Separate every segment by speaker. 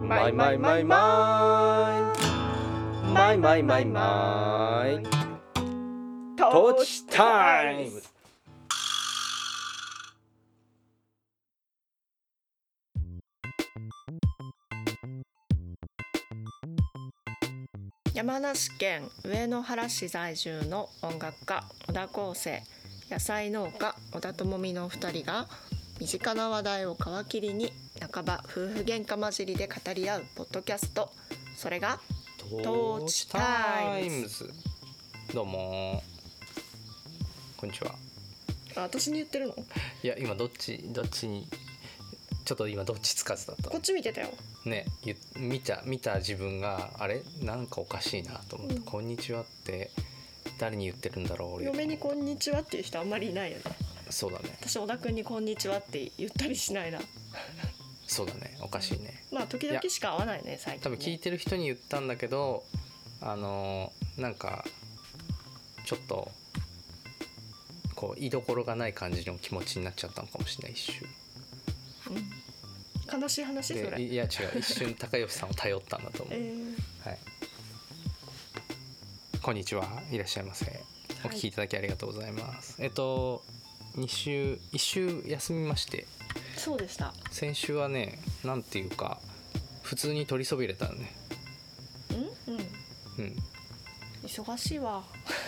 Speaker 1: マイマイマイマイマイマイマイマイトーチタイム
Speaker 2: 山梨県上野原市在住の音楽家小田康生野菜農家小田智美のお二人が身近な話題を皮切りに半ば夫婦喧嘩混じりで語り合うポッドキャストそれがトーチタイム
Speaker 1: ズどうもこんにちは
Speaker 2: あ私に言ってるのこ
Speaker 1: いや今どっちどっちにちょっと今どっちつかずだった
Speaker 2: っち見てたよ
Speaker 1: ねゆ見た見た自分があれなんかおかしいなと思った、
Speaker 2: うん
Speaker 1: こんにちはって誰に言ってるんだろう俺
Speaker 2: 嫁に「こんにちは」っていう人あんまりいないよね
Speaker 1: そうだね
Speaker 2: 私小田君に「こんにちは」って言ったりしないな
Speaker 1: そうだねおかしいね
Speaker 2: まあ時々しか会わないね最
Speaker 1: 多
Speaker 2: 近
Speaker 1: 分
Speaker 2: ね
Speaker 1: 聞いてる人に言ったんだけどあのーなんかちょっとこう居所がない感じの気持ちになっちゃったのかもしれない一瞬
Speaker 2: うん悲しい話そ
Speaker 1: で
Speaker 2: れ
Speaker 1: いや違う一瞬高吉さんを頼ったんだと思う
Speaker 2: え、ー
Speaker 1: はい、こんにちはいらっしゃいませお聞きいただきありがとうございます、えっと2週1週休みまして
Speaker 2: そうでした
Speaker 1: 先週はねなんていうか普通に取りそびれたのね
Speaker 2: うんうん
Speaker 1: うん
Speaker 2: 忙しいわ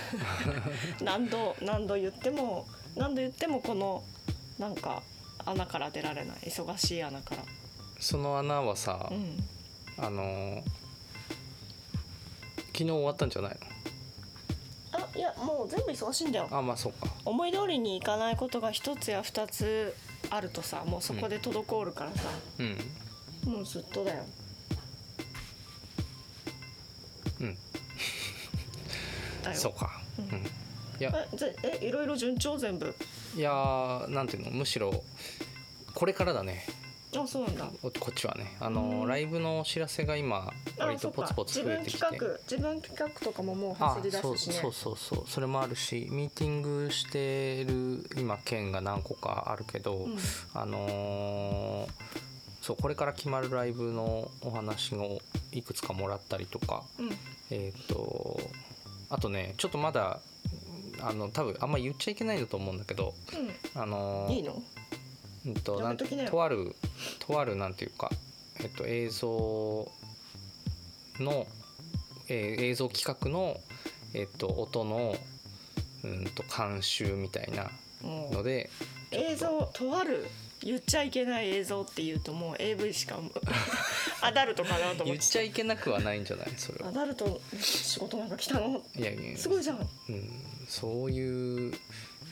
Speaker 2: 何度何度言っても何度言ってもこのなんか穴から出られない忙しい穴から
Speaker 1: その穴はさ、
Speaker 2: うん
Speaker 1: あのー昨日終わったんじゃない
Speaker 2: あいやもう全部忙しいんだよ
Speaker 1: のあまあそうか
Speaker 2: 思い通りにいかないことが一つや二つあるとさもうそこで滞るからさ、
Speaker 1: うん
Speaker 2: もうずっとだよ
Speaker 1: うん
Speaker 2: だよ
Speaker 1: そうか
Speaker 2: う
Speaker 1: うんんいや
Speaker 2: えぜえいろいろ順調全部
Speaker 1: いやーなんていうのむしろこれからだね
Speaker 2: あそうなんだ
Speaker 1: おこっちはねあの、
Speaker 2: うん
Speaker 1: ライブのお知らせが今割
Speaker 2: あ
Speaker 1: と
Speaker 2: そっ
Speaker 1: ポ
Speaker 2: か
Speaker 1: ツポツ
Speaker 2: 自
Speaker 1: 増え
Speaker 2: 分
Speaker 1: てき
Speaker 2: 企
Speaker 1: て
Speaker 2: 画自分企画とかももう
Speaker 1: あ
Speaker 2: 走り出
Speaker 1: そう
Speaker 2: すしね
Speaker 1: そうそうそうそれもあるしミーティングしてる今県が何個かあるけど、
Speaker 2: うん
Speaker 1: あのーそうこれから決まるライブのお話をいくつかもらったりとか
Speaker 2: うん
Speaker 1: えっ、とあとねちょっとまだあの多分あんま言っちゃいけないんだと思うんだけどあの
Speaker 2: うん
Speaker 1: ー
Speaker 2: いいの
Speaker 1: うんと
Speaker 2: や
Speaker 1: な
Speaker 2: め
Speaker 1: ん
Speaker 2: ときなよ
Speaker 1: とあるとあるなんていうか、えっと、映像の、えー映像企画の、えっと、音のうんと監修みたいな
Speaker 2: もう
Speaker 1: ので
Speaker 2: 映像とある言っちゃいけない映像っていうともう AV しかアダルトかなと思
Speaker 1: 言
Speaker 2: っ
Speaker 1: ってちゃいけなくはないんじゃないそれは
Speaker 2: ア。ダルト仕事なんか来たの
Speaker 1: いやいや
Speaker 2: すごいじゃん
Speaker 1: うん、そういう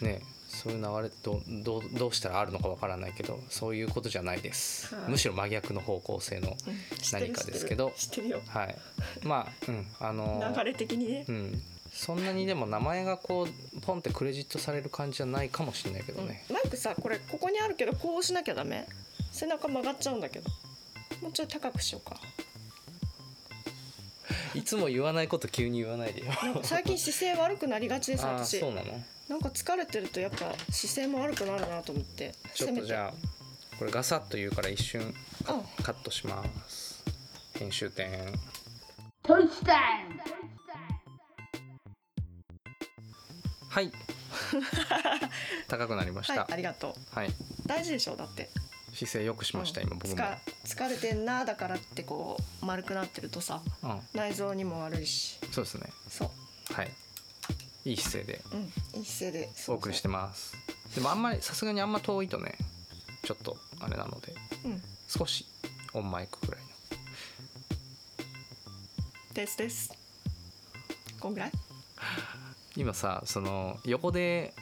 Speaker 1: ねそういう流れどどうどうしたらあるのかわからないけどそういうことじゃないです、
Speaker 2: はい
Speaker 1: むしろ真逆の方向性の、
Speaker 2: 知って
Speaker 1: 何
Speaker 2: る
Speaker 1: かですけど
Speaker 2: 知ってる知っ
Speaker 1: はい、まあうんあ
Speaker 2: て
Speaker 1: の
Speaker 2: る
Speaker 1: ー
Speaker 2: よ流れ的にね
Speaker 1: うん、そんなにでも名前がこうポンってクレジットされる感じじゃないかもしれないけどね、
Speaker 2: うんマイクさこれここにあるけどこうしなきゃダメ背中曲がっちゃうんだけどもうちょい高くしようか
Speaker 1: いつも言わないこと急に言わないで よ
Speaker 2: なんか最近姿勢悪くなりがちで す
Speaker 1: ああ
Speaker 2: 私
Speaker 1: そうなの
Speaker 2: なんか疲れてるとやっぱ姿勢も悪くなるなと思って
Speaker 1: ちょっとじゃあこれガサッと言うから一瞬
Speaker 2: せめて
Speaker 1: カットします編集点
Speaker 3: Toast time!
Speaker 1: はい 高くなりまし
Speaker 2: うん
Speaker 1: た
Speaker 2: はいありがとう
Speaker 1: はい
Speaker 2: 大事でしょだって
Speaker 1: 姿勢良くしました、今僕
Speaker 2: つ
Speaker 1: も、
Speaker 2: か疲れてんなだからってこう丸くなってるとさ
Speaker 1: うん、
Speaker 2: 内臓にも悪いし
Speaker 1: そうですね
Speaker 2: そ
Speaker 1: はいいい姿勢で
Speaker 2: ううんいい姿勢で
Speaker 1: お送りしてますでもあんまりさすがにあんま遠いとねちょっとあれなので
Speaker 2: そうそううん
Speaker 1: 少しオンマイクぐらいの
Speaker 2: ですですこんぐらい
Speaker 1: 今さその横で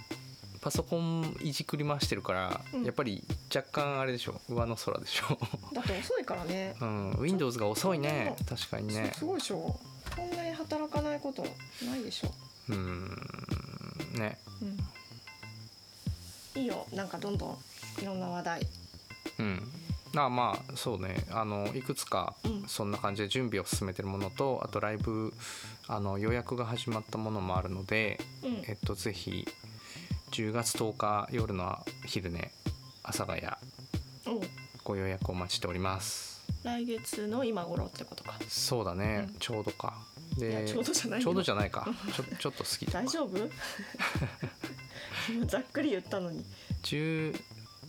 Speaker 1: パソコンいじくり回してるから、
Speaker 2: うん
Speaker 1: やっぱり若干あれでしょ上の空でしょ、
Speaker 2: だって遅いからね
Speaker 1: うん、Windows が遅いね
Speaker 2: ち
Speaker 1: 確かにね
Speaker 2: そうすごいでしょこんなに働かないことないでしょ
Speaker 1: うんね
Speaker 2: うんいいよなんかどんどんいろんな話題
Speaker 1: うんあまあそうねあのいくつか
Speaker 2: うん
Speaker 1: そんな感じで準備を進めてるものとあとライブあの予約が始まったものもあるので、
Speaker 2: うん
Speaker 1: えっと、ぜひ10月10日夜の昼寝阿佐ヶ谷
Speaker 2: おう
Speaker 1: ご予約お待ちしております
Speaker 2: 来月の今頃ってことか、
Speaker 1: そうだね、
Speaker 2: うん
Speaker 1: ちょうどか
Speaker 2: いや
Speaker 1: で
Speaker 2: ちょうどじゃないよ
Speaker 1: ちょうどじゃないかちょちょっと好き
Speaker 2: 大 丈夫今ざっくり言ったのに
Speaker 1: 10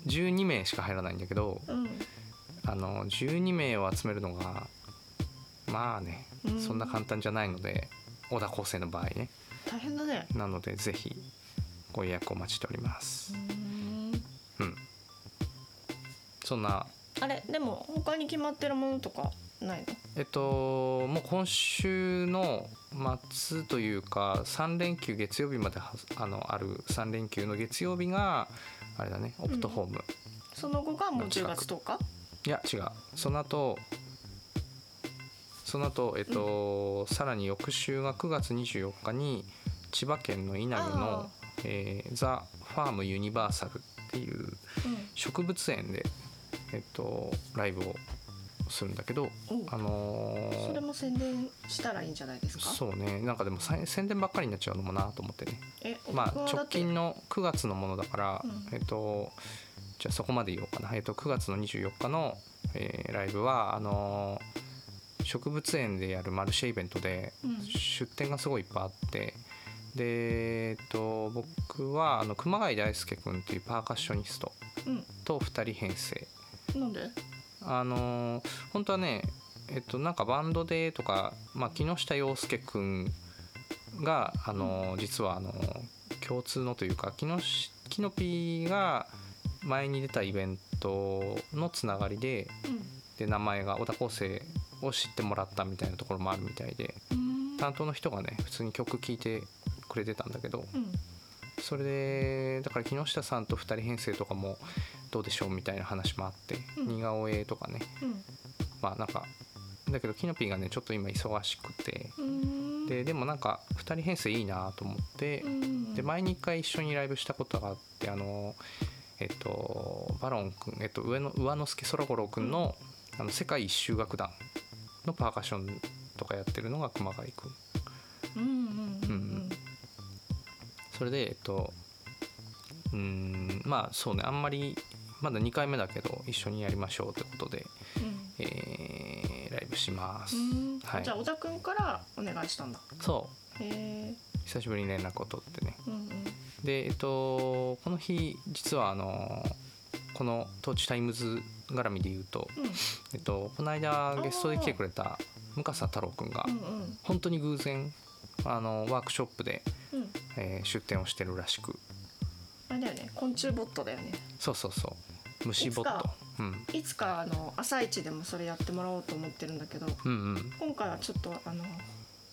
Speaker 1: 12名しか入らないんだけど
Speaker 2: うん、
Speaker 1: あの12名を集めるのがまあね、
Speaker 2: うん
Speaker 1: そんな簡単じゃないので小田高生の場合ね
Speaker 2: 大変だね
Speaker 1: なのでぜひご予約お待ちしております
Speaker 2: うん
Speaker 1: うんそんな
Speaker 2: あれでも他に決まってるものとかないの
Speaker 1: えっともう今週の末というか3連休月曜日まではあのある3連休の月曜日があれだねオプトホーム、
Speaker 2: その後がもう10月10日
Speaker 1: いや違うその後その後えっと、さらに翌週が9月24日に千葉県の稲城
Speaker 2: あ
Speaker 1: の、えーザ・ファーム・ユニバーサルっていう植物園で、えっと、ライブをするんだけど、
Speaker 2: うん、お
Speaker 1: あのー
Speaker 2: それも宣伝したらいいんじゃないですか
Speaker 1: そうねなんかでもさ宣伝ばっかりになっちゃうのもなと思ってね
Speaker 2: え
Speaker 1: ま
Speaker 2: 僕
Speaker 1: あ
Speaker 2: はだ
Speaker 1: 直
Speaker 2: って
Speaker 1: 近の9月のものだから、
Speaker 2: うん
Speaker 1: えっとじゃあそこまで言おうかな、えっと、9月の24日の、えーライブはあのー植物園でやるマルシェイベントで
Speaker 2: うん
Speaker 1: 出店がすごいいっぱいあってで、えっと、僕はあの熊谷大輔君っていうパーカッショニストと2人編成
Speaker 2: うん、なんで
Speaker 1: あのー本当はねえっとなんかバンドでとか、まあ、木下陽介くんが、あのー実はあのー共通のというか木の木のピーが前に出たイベントのつながりでで名前が小田高生を知ってもらったみたいなところもあるみたいで
Speaker 2: うん
Speaker 1: 担当の人がね普通に曲聴いてくれてたんだけど
Speaker 2: うん
Speaker 1: それでだから木下さんと2人編成とかもどうでしょうみたいな話もあって
Speaker 2: うん
Speaker 1: 似顔絵とかね
Speaker 2: うん
Speaker 1: まあなんかだけどキノピーがねちょっと今忙しくて
Speaker 2: うん
Speaker 1: ででもなんか2人編成いいなと思って
Speaker 2: うん
Speaker 1: で前に1回一緒にライブしたことがあってあのえっとバロン君、えっと、上の上之助空五郎君のあの世界一周楽団のパーカッションとかやってるのが熊谷君
Speaker 2: うんうんうんうん
Speaker 1: それでえっとうーんまあそうねあんまりまだ2回目だけど一緒にやりましょうということで、えーライブします、
Speaker 2: うん
Speaker 1: は
Speaker 2: じゃあ
Speaker 1: い、
Speaker 2: 小田くんからお願いしたんだ
Speaker 1: そう
Speaker 2: へえ
Speaker 1: 久しぶりに連絡を取ってね
Speaker 2: うんうん
Speaker 1: でえっとこの日実はあのこの「トーチタイムズ」絡みで言うと、
Speaker 2: う
Speaker 1: えっと、この間ゲストで来てくれた向笠太郎くんが
Speaker 2: んうんうん
Speaker 1: 本当に偶然あのワークショップで、
Speaker 2: うん
Speaker 1: えー出店をしてるらしく
Speaker 2: あれだよね昆虫ボットだよね
Speaker 1: そうそうそう虫ボット
Speaker 2: いつか、
Speaker 1: うん、
Speaker 2: いつかあの朝一でもそれやってもらおうと思ってるんだけど
Speaker 1: うんうん
Speaker 2: 今回はちょっとあの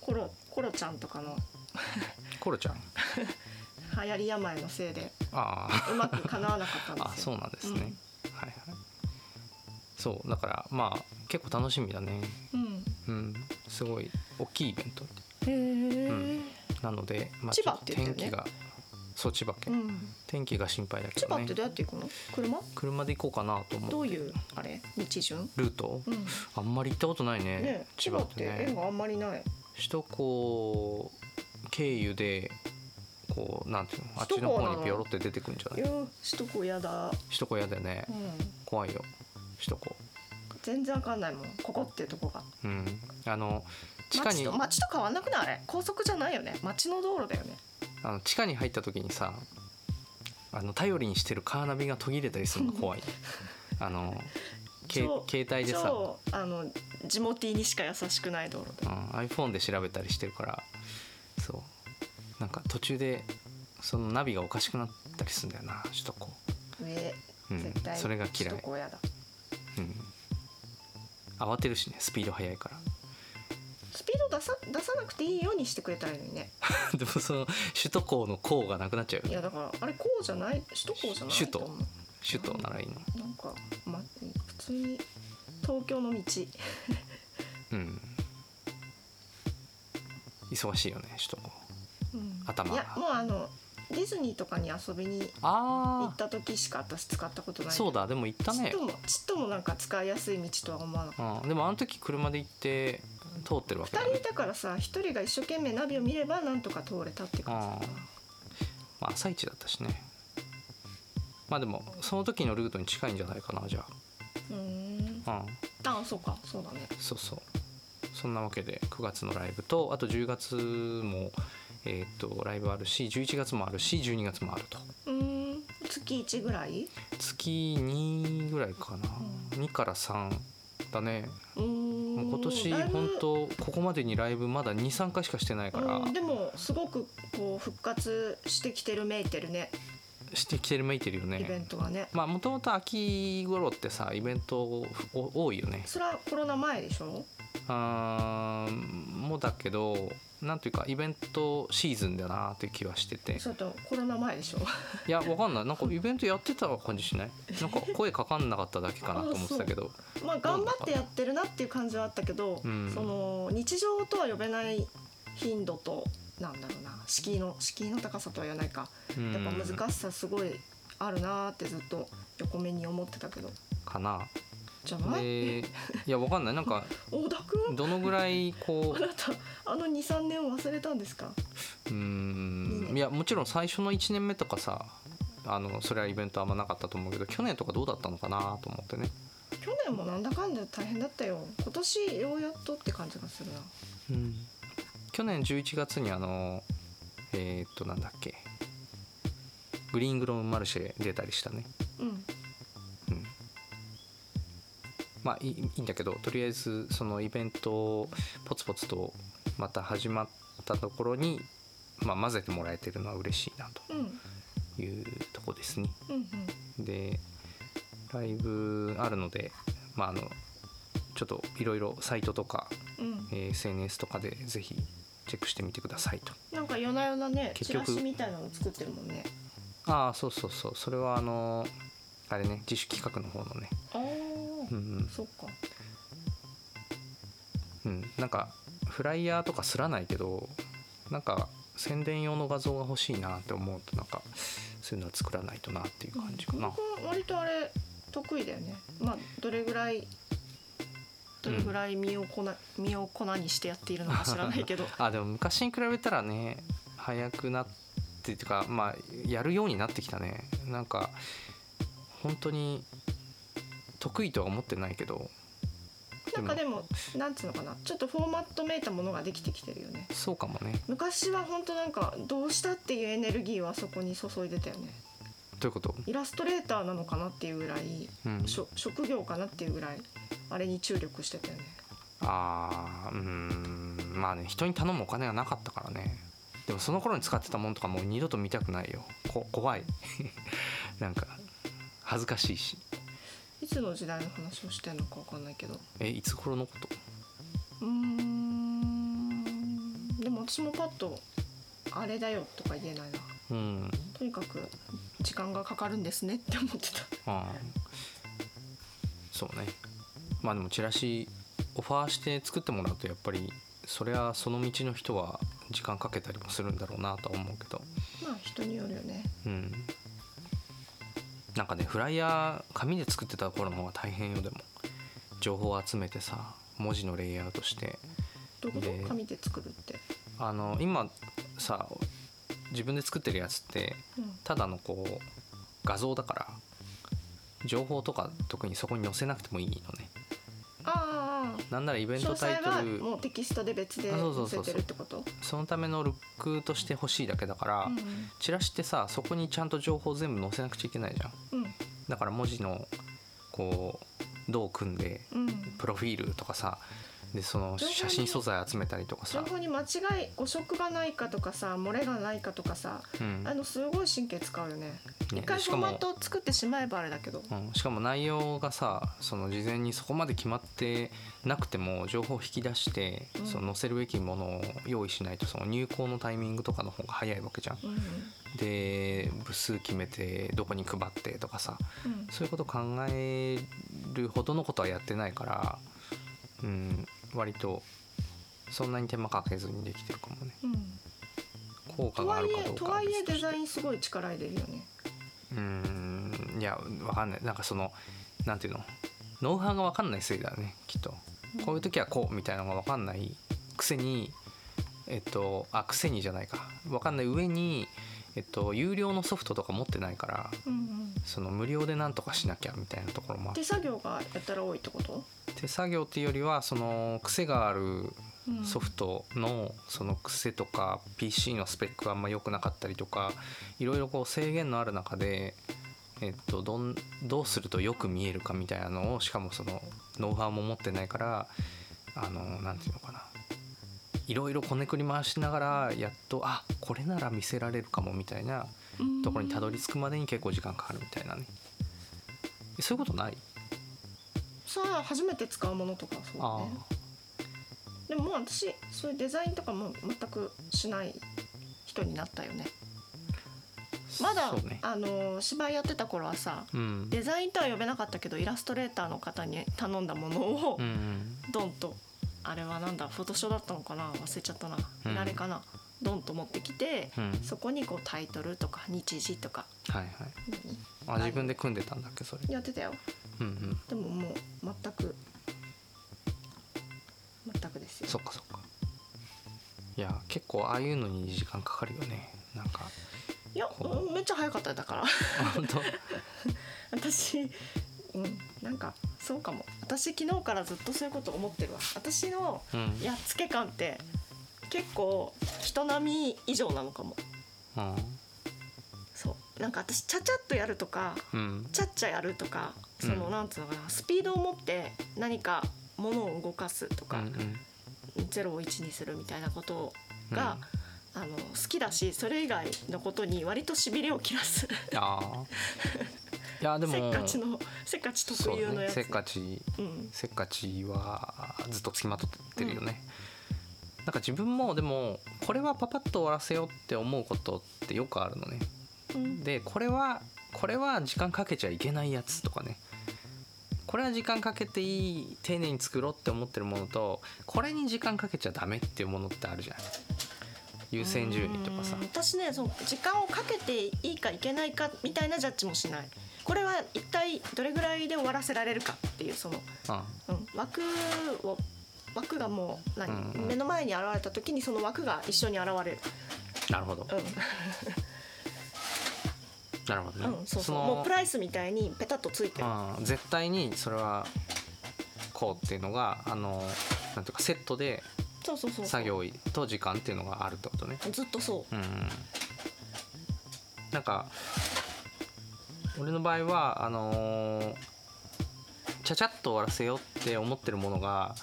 Speaker 2: コロコロちゃんとかの
Speaker 1: コロちゃん
Speaker 2: 流行り病のせいで
Speaker 1: ああ
Speaker 2: うまくかなわなかったんですよ
Speaker 1: あそうなんですね、はいはいそうだからまあ結構楽しみだね
Speaker 2: うん
Speaker 1: うんすごい大きいイベント
Speaker 2: へえ
Speaker 1: うんなので、まあ
Speaker 2: 千葉って言ったよね
Speaker 1: ちょと天気がそう千葉
Speaker 2: う
Speaker 1: 県、
Speaker 2: ん
Speaker 1: 天気が心配だけ
Speaker 2: 千
Speaker 1: ど
Speaker 2: 葉っ
Speaker 1: ね
Speaker 2: てどうやって行くの車
Speaker 1: 車で行こうかなと思って
Speaker 2: どういうあれ道順
Speaker 1: ルート、
Speaker 2: うん
Speaker 1: あんまり行ったことないね
Speaker 2: ね千
Speaker 1: 千
Speaker 2: 葉
Speaker 1: 葉っ
Speaker 2: っ
Speaker 1: て
Speaker 2: て縁
Speaker 1: ね
Speaker 2: があんまりない
Speaker 1: 首都高経由でこうなんていうのあっち
Speaker 2: 首都
Speaker 1: の
Speaker 2: 高なの
Speaker 1: 方にピョロって出てくんじゃないい
Speaker 2: や首都高やだ
Speaker 1: 首都高嫌だよね、
Speaker 2: うん
Speaker 1: 怖いよ首都高
Speaker 2: 全然わかんないもんここっていうとこが
Speaker 1: うんあの地下
Speaker 2: 町
Speaker 1: に
Speaker 2: と町と変わんなくないあれ高速じゃないよね町の道路だよね
Speaker 1: あの地下に入った時にさあの頼りにしてるカーナビが途切れたりするのが 怖いあのけ
Speaker 2: そう
Speaker 1: 携帯でさ
Speaker 2: 超あの地元にしか優しくない道路
Speaker 1: う
Speaker 2: で
Speaker 1: ん、iPhone で調べたりしてるからそうなんか途中でそのナビがおかしくなったりするんだよな首都高、
Speaker 2: 上
Speaker 1: うん、
Speaker 2: 絶対
Speaker 1: それが嫌
Speaker 2: 首
Speaker 1: い
Speaker 2: 都、高やだ
Speaker 1: うん、慌てるしねスピード速いから
Speaker 2: スピード出さ出さなくていいようにしてくれたらいいのにね
Speaker 1: でもその首都高の「高」がなくなっちゃうよ
Speaker 2: い
Speaker 1: ね
Speaker 2: やだからあれこうじゃない首都高じゃない
Speaker 1: 首都
Speaker 2: と思う
Speaker 1: 首都ならいいの
Speaker 2: なんか、ま、普通に東京の道
Speaker 1: うん忙しいよね首都高
Speaker 2: うん
Speaker 1: 頭
Speaker 2: いやもうあのディズニーとかに遊びに行
Speaker 1: あ
Speaker 2: った時しか私使ったこと
Speaker 1: あ
Speaker 2: ない
Speaker 1: そうだでも行った
Speaker 2: ちっ
Speaker 1: ね
Speaker 2: ともちっともなんか使いやすい道とは思わなかっ
Speaker 1: うん、でもあの時車で行って通ってるわけだ
Speaker 2: た2人
Speaker 1: ね
Speaker 2: い、たからさ1人が一生懸命ナビを見ればなんとか通れたって感じだったな
Speaker 1: まあ、朝一だったしねまあでもその時のルートに近いんじゃないかなじゃ
Speaker 2: うーん
Speaker 1: うん、
Speaker 2: あそうかそうだね
Speaker 1: そうそうそんなわけで9月のライブとあと10月も、えー、とライブあるし11月もあるし12月もあると
Speaker 2: うーん月1ぐらい
Speaker 1: 月2ぐらいかな2から3だね
Speaker 2: うーん
Speaker 1: もう今年
Speaker 2: だいぶ
Speaker 1: 本当ここまでにライブまだ23回しかしてないから
Speaker 2: うんでもすごくこう復活してきてるめいてるね
Speaker 1: してきてる向いてるよ
Speaker 2: イベ
Speaker 1: ね
Speaker 2: ントがね
Speaker 1: まあもともと秋頃ってさイベントお多いよね
Speaker 2: それはコロナ前でしょ
Speaker 1: あーもだけどなんというかイベントシーズンだなって気はしてて
Speaker 2: それとコロナ 前でしょ
Speaker 1: いやわかんないなんかイベントやってた感じしないなんか声かかんなかっただけかなと思ってたけど
Speaker 2: まあ頑張ってやってるなっていう感じはあったけど、
Speaker 1: うん
Speaker 2: その日常とは呼べない頻度となんだろうな敷居の敷居の高さとは言わないか
Speaker 1: うん
Speaker 2: やっぱ難しさすごいあるなーってずっと横目に思ってたけど
Speaker 1: かな
Speaker 2: じゃない
Speaker 1: でいやわかんないなんか
Speaker 2: 小田君
Speaker 1: どのぐらいこ
Speaker 2: あなたあの23年を忘れたんですか
Speaker 1: ううーんいやもちろん最初の1年目とかさあのそれはイベントあんまなかったと思うけど去年とかどうだったのかなと思ってね
Speaker 2: 去年もなんだかんだ大変だったよ今年ようやっとって感じがするな
Speaker 1: 去年11月にあのえーっとなんだっけグリーングローンマルシェ出たりしたね
Speaker 2: うん
Speaker 1: うんまあいいいいんだけどとりあえずそのイベントをポツポツとまた始まったところに、まあ、混ぜてもらえてるのは嬉しいな
Speaker 2: うん
Speaker 1: というとこですね。
Speaker 2: うんうん
Speaker 1: でライブあるので、まあ、あのちょっといろいろサイトとか、
Speaker 2: うん
Speaker 1: えー SNS とかでぜひチェックしてみてくださいと。
Speaker 2: なんか夜な夜なね
Speaker 1: 結
Speaker 2: チラ
Speaker 1: 局
Speaker 2: シみたいなの作ってるもんね
Speaker 1: ああそうそうそうそれはあのあれね自主企画の方のね。
Speaker 2: ああ、
Speaker 1: うんうん
Speaker 2: そっか
Speaker 1: うん、なんかフライヤーとかすらないけどなんか宣伝用の画像が欲しいなって思うとなんかそういうのは作らないとなっていう感じかな、
Speaker 2: 僕割とあれ得意だよねまあどれぐらいどれぐらい身を 粉、身を粉にしてやっているのか知らないけど
Speaker 1: あでも昔に比べたらね早くなってっていうかまあやるようになってきたねなんか本当に得意とは思ってないけど
Speaker 2: なんかでもなんつうのかなちょっとフォーマットめいたものができてきてるよね
Speaker 1: そうかもね
Speaker 2: 昔は本当なんかどうしたっていうエネルギーはそこに注いでたよね
Speaker 1: どういうこと、
Speaker 2: イラストレーターなのかなっていうぐらい
Speaker 1: うん、
Speaker 2: しょ職業かなっていうぐらいあれに注力してたよね
Speaker 1: あーうーんまあね人に頼むお金がなかったからねでもその頃に使ってたもんとかもう二度と見たくないよこ怖い なんか恥ずかしいし
Speaker 2: いつの時代の話をしてるのかわかんないけど
Speaker 1: えいつ頃のこと
Speaker 2: うーんでも私もパッと「あれだよ」とか言えないな
Speaker 1: うん
Speaker 2: とにかく時間がかかるんですねって思って た
Speaker 1: あーそうねまあでもチラシオファーして作ってもらうとやっぱりそれはその道の人は時間かけたりもするんだろうなとは思うけど
Speaker 2: まあ人によるよね
Speaker 1: うんなんかねフライヤー紙で作ってた頃の方が大変よでも情報を集めてさ文字のレイアウトして
Speaker 2: どういうこ
Speaker 1: で
Speaker 2: と紙で作るって、
Speaker 1: あの今さ自分で作ってるやつって
Speaker 2: うん、
Speaker 1: ただのこう画像だから情報とか特にそこに載せなくてもいいのね
Speaker 2: ああ
Speaker 1: なんならイベン
Speaker 2: 詳
Speaker 1: トタイ
Speaker 2: 細は
Speaker 1: トル
Speaker 2: もうテキストで別で
Speaker 1: あそうそ
Speaker 2: 載
Speaker 1: うそうそ
Speaker 2: せ
Speaker 1: う
Speaker 2: てるってこと
Speaker 1: そのためのルックとして欲しいだけだから、
Speaker 2: うん
Speaker 1: チラシってさそこにちゃんと情報全部載せなくちゃいけないじゃん
Speaker 2: うん
Speaker 1: だから文字のこうどう組んで
Speaker 2: うん
Speaker 1: プロフィールとかさでその
Speaker 2: 情報に
Speaker 1: 写真素材集めたりとか
Speaker 2: 情
Speaker 1: さ、
Speaker 2: 報に間違い誤植がないかとかさ漏れがないかとかさ
Speaker 1: うん
Speaker 2: あのすごい神経使うよね
Speaker 1: ね
Speaker 2: 一回
Speaker 1: し
Speaker 2: フォ
Speaker 1: か
Speaker 2: ーマ
Speaker 1: も
Speaker 2: ッ、トを作ってしまえばあれだけど
Speaker 1: うん、しかも内容がさその事前にそこまで決まってなくても情報を引き出して、
Speaker 2: うん
Speaker 1: その載せるべきものを用意しないとその入稿のタイミングとかの方が早いわけじゃん。
Speaker 2: うん
Speaker 1: で部数決めてどこに配ってとかさ
Speaker 2: うん
Speaker 1: そういうこと考えるほどのことはやってないから、うん、割とそんなに手間かけずにできてるかもね。
Speaker 2: うん
Speaker 1: 効果
Speaker 2: と
Speaker 1: が
Speaker 2: は
Speaker 1: あ
Speaker 2: い
Speaker 1: るか
Speaker 2: え
Speaker 1: どうか
Speaker 2: と
Speaker 1: は
Speaker 2: はいえ
Speaker 1: 別とし
Speaker 2: デ
Speaker 1: て
Speaker 2: ザインすごい力入れるよね
Speaker 1: うーんいやわかんないなんかそのなんていうのノウハウがわかんないせいだねきっとこういう時はこうみたいなのがわかんないくせにえっとあくせにじゃないかわかんない上にえっと有料のソフトとか持ってないから
Speaker 2: うんうん
Speaker 1: その無料でなんとかしなきゃみたいなところもあって
Speaker 2: 手作業がやったら多いってこと、
Speaker 1: 手作業っていうよりはその癖がある
Speaker 2: うん
Speaker 1: ソフトのその癖とか PC のスペックがあんま良くなかったりとかいろいろこう制限のある中で、えっと、どんどうするとよく見えるかみたいなのをしかもそのノウハウも持ってないからあのなんていうのかないろいろこねくり回しながらやっとあこれなら見せられるかもみたいなところにたどり着くまでに結構時間かかるみたいなねえそういうことない
Speaker 2: さあ初めて使うものとかそう
Speaker 1: あ
Speaker 2: ねでももう私そういうデザインとかも全くしない人になったよね
Speaker 1: ー
Speaker 2: まだ、
Speaker 1: そうね
Speaker 2: あの芝居やってた頃はさ
Speaker 1: うん
Speaker 2: デザインとは呼べなかったけどイラストレーターの方に頼んだものを
Speaker 1: うんうん
Speaker 2: ドンとあれはなんだフォトショーだったのかな忘れちゃったな、
Speaker 1: うん
Speaker 2: あれかなドンと持ってきて
Speaker 1: うん
Speaker 2: そこにこうタイトルとか日時とか
Speaker 1: はいはいあ自分で組んでたんだっけそれ、
Speaker 2: やってたよ
Speaker 1: うんうん、
Speaker 2: でももう全く全くですよ
Speaker 1: そっかそっかいや結構ああいうのに時間かかるよねなん か
Speaker 2: いや
Speaker 1: こう
Speaker 2: めっちゃ早かったよだから
Speaker 1: 本当
Speaker 2: 私うんなんかそうかも私昨日からずっとそういうこと思ってるわ私の
Speaker 1: うん
Speaker 2: やっつけ感って結構人並み以上なのかも
Speaker 1: うん
Speaker 2: そうなんか私ちゃちゃっとやるとか
Speaker 1: うん
Speaker 2: ちゃっちゃやるとか
Speaker 1: う
Speaker 2: そ
Speaker 1: ん
Speaker 2: の、なんつうのかなスピードを持って何か物を動かすと
Speaker 1: う
Speaker 2: か、
Speaker 1: ん
Speaker 2: ゼロを1にするみたいなこと
Speaker 1: うん
Speaker 2: が、あの好きだしそれ以外のことに割としびれを切らす
Speaker 1: いやー いやでも
Speaker 2: せっかちのせっかち特有のやつ、
Speaker 1: そうね、せっかち
Speaker 2: うん
Speaker 1: せっかちはずっとつきまとってるよね、なんか自分もでもこれはパパッと終わらせようって思うことってよくあるのね
Speaker 2: うん
Speaker 1: でこれはこれは時間かけちゃいけないやつとかねこれは時間かけていい丁寧に作ろうって思ってるものとこれに時間かけちゃダメっていうものってあるじゃん優先順位とかさ
Speaker 2: うん私ねそう時間をかけていいかいけないかみたいなジャッジもしないこれは一体どれぐらいで終わらせられるかっていうその、うん、枠を枠がもう何、
Speaker 1: うんうん
Speaker 2: 目の前に現れた時にその枠が一緒に現れる、
Speaker 1: うん、なるほどなるほど
Speaker 2: う
Speaker 1: ね
Speaker 2: ん、うん、そうそう
Speaker 1: の
Speaker 2: もうプライスみたいにペタッとついてる、
Speaker 1: うん、絶対にそれはこうっていうのがあのなんていうかセットで
Speaker 2: そうそうそう
Speaker 1: 作業と時間っていうのがあるってことね
Speaker 2: ずっとそ
Speaker 1: うん、なんか俺の場合はあのーちゃちゃっと終わらせようって思ってるものが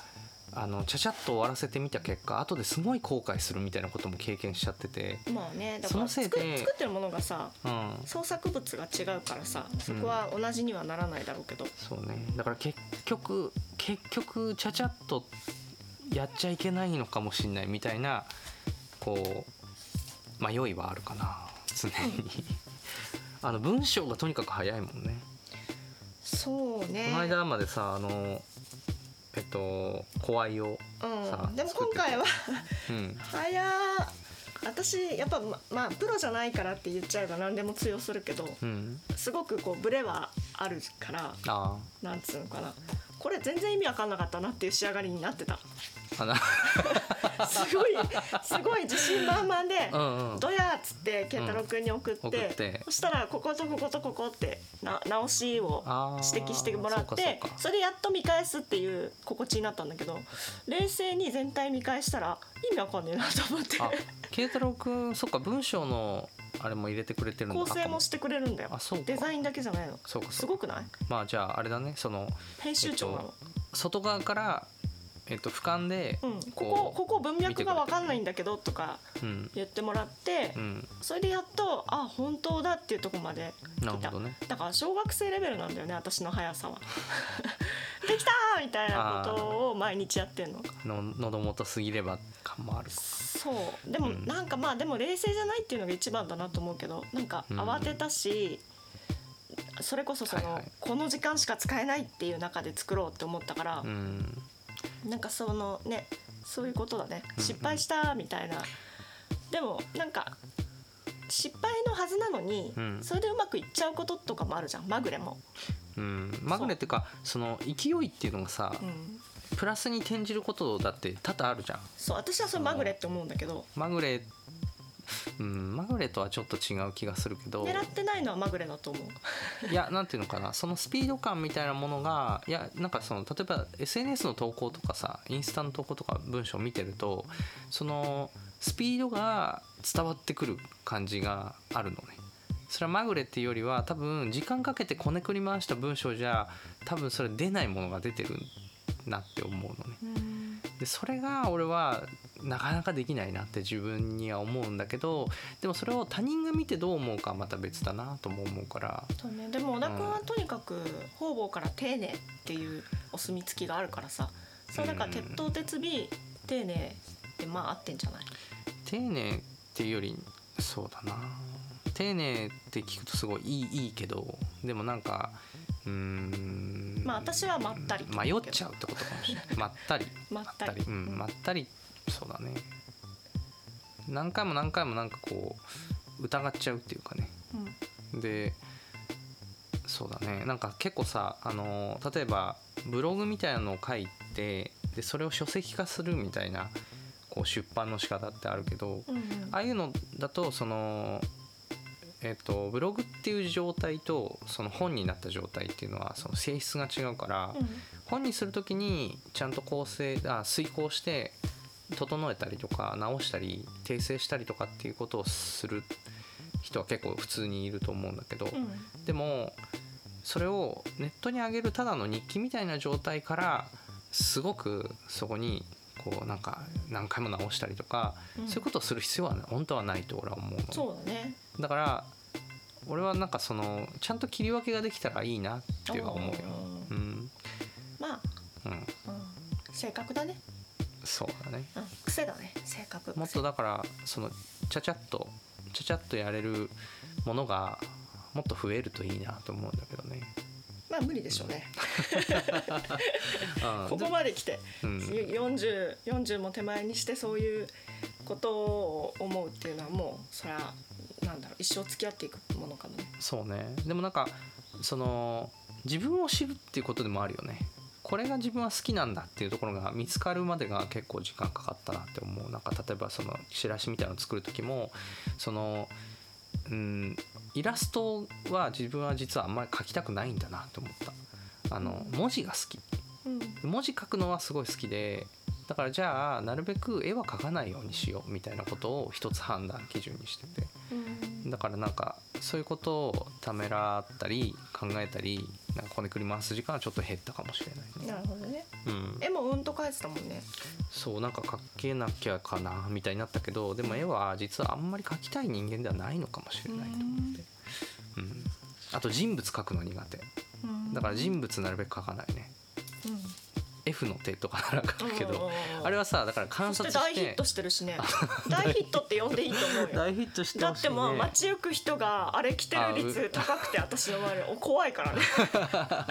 Speaker 1: あのちゃちゃっと終わらせてみた結果後ですごい後悔するみたいなことも経験しちゃってて、
Speaker 2: うまあねだ
Speaker 1: そ
Speaker 2: か
Speaker 1: の
Speaker 2: ら
Speaker 1: せい
Speaker 2: 作
Speaker 1: で
Speaker 2: 作ってるものがさ
Speaker 1: うん、
Speaker 2: 創作物が違うからさそこは同じにはならないだろうけど、
Speaker 1: そうねだから結局結局ちゃちゃっとやっちゃいけないのかもしれないみたいなこう迷いはあるかな常にあの文章がとにかく早いもんね
Speaker 2: そうね
Speaker 1: この間までさあのえっと「怖いをさ
Speaker 2: うん、でも
Speaker 1: 作っ
Speaker 2: 今
Speaker 1: てて
Speaker 2: 回は
Speaker 1: うん
Speaker 2: 早私やっぱままあプロじゃないからって言っちゃえば何でも通用するけど
Speaker 1: うん
Speaker 2: すごくこうブレはあるから
Speaker 1: あ
Speaker 2: なんつうのかなこれ全然意味わかんなかったなっていう仕上がりになってた
Speaker 1: ああな
Speaker 2: すごいすごい自信満々で
Speaker 1: うんうん
Speaker 2: 「どや!」っつって健太郎君に送って,、
Speaker 1: うん送って
Speaker 2: そしたらこことこことここってな直しを
Speaker 1: あー
Speaker 2: 指摘してもらって
Speaker 1: そうか
Speaker 2: そ
Speaker 1: そうか
Speaker 2: れでやっと見返すっていう心地になったんだけど冷静に全体見返したら意味わかんねえなと思って
Speaker 1: あ慶太郎くんそっか文章のあれも入れてくれてるんだ
Speaker 2: 構成もしてくれるんだよ
Speaker 1: あそうか
Speaker 2: デザインだけじゃないの
Speaker 1: そうか
Speaker 2: す
Speaker 1: そうか
Speaker 2: ごくない
Speaker 1: まあじゃああれだねその
Speaker 2: 編集長なの、
Speaker 1: 外側から、えっと、俯瞰で
Speaker 2: うん、ここここ文脈がわかんないんだけどとか
Speaker 1: うん
Speaker 2: 言ってもらって
Speaker 1: うん
Speaker 2: それでやっとあ本当だっていうところまで来
Speaker 1: なるほ
Speaker 2: た
Speaker 1: どね
Speaker 2: だから小学生レベルなんだよね私の速さは できたーみたいなことを毎日やってんの
Speaker 1: の喉元すぎれば感もある
Speaker 2: そうでも
Speaker 1: うん
Speaker 2: なんかまあでも冷静じゃないっていうのが一番だなと思うけどなんか
Speaker 1: うん
Speaker 2: 慌てたし、それこそその、
Speaker 1: はいはい
Speaker 2: この時間しか使えないっていう中で作ろうって思ったから
Speaker 1: う、ん
Speaker 2: なんかそのねそういうことだね
Speaker 1: うん
Speaker 2: 失敗したみたいな、でもなんか失敗のはずなのに、
Speaker 1: うん
Speaker 2: それでうまくいっちゃうこととかもあるじゃんまぐれも。
Speaker 1: うんマグネっていうかその勢いっていうのがさ
Speaker 2: うん
Speaker 1: プラスに転じることだって多々あるじゃん
Speaker 2: そう私はそれまぐれって思うんだけど
Speaker 1: まぐれうん、マグレとはちょっと違う気がするけど
Speaker 2: 狙ってないのはまぐれだと思う
Speaker 1: いやなんていうのかなそのスピード感みたいなものがいやなんかその例えば SNS の投稿とかさインスタの投稿とか文章を見てるとそのスピードが伝わってくる感じがあるのね。それはまぐれっていうよりは多分時間かけてこねくり回した文章じゃ多分それ出ないものが出てるなって思うのね。でそれが俺はなかなかできないなって自分には思うんだけどでもそれを他人が見てどう思うかはまた別だなとも思うから
Speaker 2: そうねでも小田君はとにかく方々から丁寧っていうお墨付きがあるからさそれだから鉄頭鉄尾丁寧ってまあ合ってんじゃない
Speaker 1: 丁寧っていうよりそうだな丁寧って聞くとすごいいいいいけどでもなんかうーん
Speaker 2: まあ私はまったりって
Speaker 1: 迷
Speaker 2: 言
Speaker 1: っ
Speaker 2: うけど
Speaker 1: ちゃうってことかも しれないまったり
Speaker 2: まったり
Speaker 1: うん、まったりそうだね何回も何回もなんかこう疑っちゃうっていうかね
Speaker 2: うん
Speaker 1: でそうだねなんか結構さあの例えばブログみたいなのを書いてでそれを書籍化するみたいなこう出版の仕方ってあるけど
Speaker 2: うんうん
Speaker 1: ああいうのだとそのえっとブログっていう状態とその本になった状態っていうのはその性質が違うから、本にする時にちゃんと構成あ遂行して整えたりとか直したり訂正したりとかっていうことをする人は結構普通にいると思うんだけど、
Speaker 2: うんうん
Speaker 1: でもそれをネットに上げるただの日記みたいな状態からすごくそこにこうなんか何回も直したりとか、
Speaker 2: うん
Speaker 1: そういうことをする必要は本当はないと俺は思うのね
Speaker 2: そうだね
Speaker 1: だから俺はなんかそのちゃんと切り分けができたらいいなっては思うよ。
Speaker 2: うん
Speaker 1: うん、
Speaker 2: ま
Speaker 1: うん
Speaker 2: あ、うん、性格だね、
Speaker 1: そうだね
Speaker 2: うん、癖だね性格
Speaker 1: もっとだからそのちゃちゃっとちゃちゃっとやれるものがもっと増えるといいなと思うんだけどね。
Speaker 2: まあ無理でしょうね
Speaker 1: うん
Speaker 2: ここまで来て
Speaker 1: うん
Speaker 2: 4040も手前にしてそういうことを思うっていうのはもうそれはなんだろう一生付き合っていくものかもね
Speaker 1: そうねでもなんかその自分を知るっていうことでもあるよねこれが自分は好きなんだっていうところが見つかるまでが結構時間かかったなって思うなんか例えばそのチラシみたいなの作る時もそのうんイラストは自分は実はあんまり描きたくないんだなと思ったあの文字が好き
Speaker 2: うん
Speaker 1: 文字書くのはすごい好きでだからじゃあなるべく絵は描かないようにしようみたいなことを一つ判断基準にしてて
Speaker 2: うん
Speaker 1: だからなんかそういうことをためらったり考えたりなんかこねくり回す時間はちょっと減ったかもしれないね。
Speaker 2: なるほどね
Speaker 1: うん、
Speaker 2: 絵もうんと描いてたもんね
Speaker 1: そうなんか描けなきゃかなみたいになったけどでも絵は実はあんまり描きたい人間ではないのかもしれないと思って、うん、あと人物描くの苦手だから人物なるべく描かないね F の手とかなら描くけどあれ
Speaker 2: は
Speaker 1: はさだから観
Speaker 2: そ
Speaker 1: 察
Speaker 2: し
Speaker 1: してて
Speaker 2: 大ヒットしてるし ね大ヒットって呼んでいいと思うよ
Speaker 1: 大ヒットして
Speaker 2: だ
Speaker 1: ほ
Speaker 2: っ
Speaker 1: しい
Speaker 2: て
Speaker 1: ね
Speaker 2: もう街行く人があれ着てる率高くて私の周りお怖 いからねあ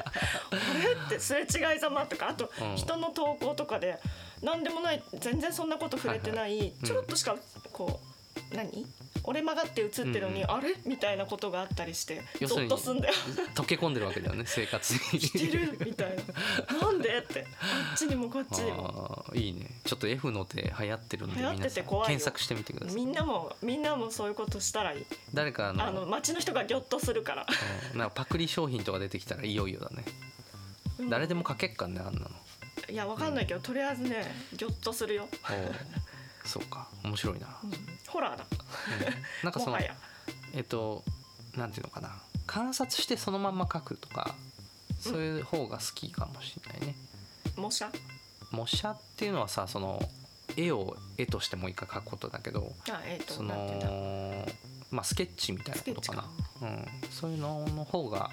Speaker 2: れってすれ違いざまとかあと
Speaker 1: うん
Speaker 2: 人の投稿とかで何でもない全然そんなこと触れてない、
Speaker 1: うん
Speaker 2: ちょろっとしかこう何折れ曲がって映ってるのに、
Speaker 1: うん
Speaker 2: あれみたいなことがあったりして
Speaker 1: 要
Speaker 2: ゾ
Speaker 1: する
Speaker 2: ッ
Speaker 1: に
Speaker 2: とすんだよ
Speaker 1: 溶け込んでるわけ だよね生活に
Speaker 2: 着てるみたいな なんでってあっちにもこっちにも
Speaker 1: あーいいねちょっと F の手流行ってるんで
Speaker 2: 流行ってて
Speaker 1: 皆さん
Speaker 2: 怖いよ
Speaker 1: 検索してみてくださ
Speaker 2: み
Speaker 1: い
Speaker 2: んなもみんなもそういうことしたらいい
Speaker 1: 誰かあの
Speaker 2: あの街の人がギョッとするから、
Speaker 1: うんなんかパクリ商品とか出てきたらいよいよだね、
Speaker 2: うん
Speaker 1: 誰でも書けっかねあんなの
Speaker 2: いやわかんないけど、とりあえずねギョッとするよ、
Speaker 1: おう そうか面白いな、うん
Speaker 2: ホラーだ
Speaker 1: なんかそ
Speaker 2: も
Speaker 1: の
Speaker 2: はや
Speaker 1: えっとなんていうのかな観察してそのまんま書くとかそういう方が好きかもしれないね、
Speaker 2: 模写
Speaker 1: 模写っていうのはさその絵を絵としてもう一回描くことだけど
Speaker 2: あえっ、と
Speaker 1: そ
Speaker 2: なんていうんだ
Speaker 1: のまあスケッチみたいなことかなうん、そういうのの方が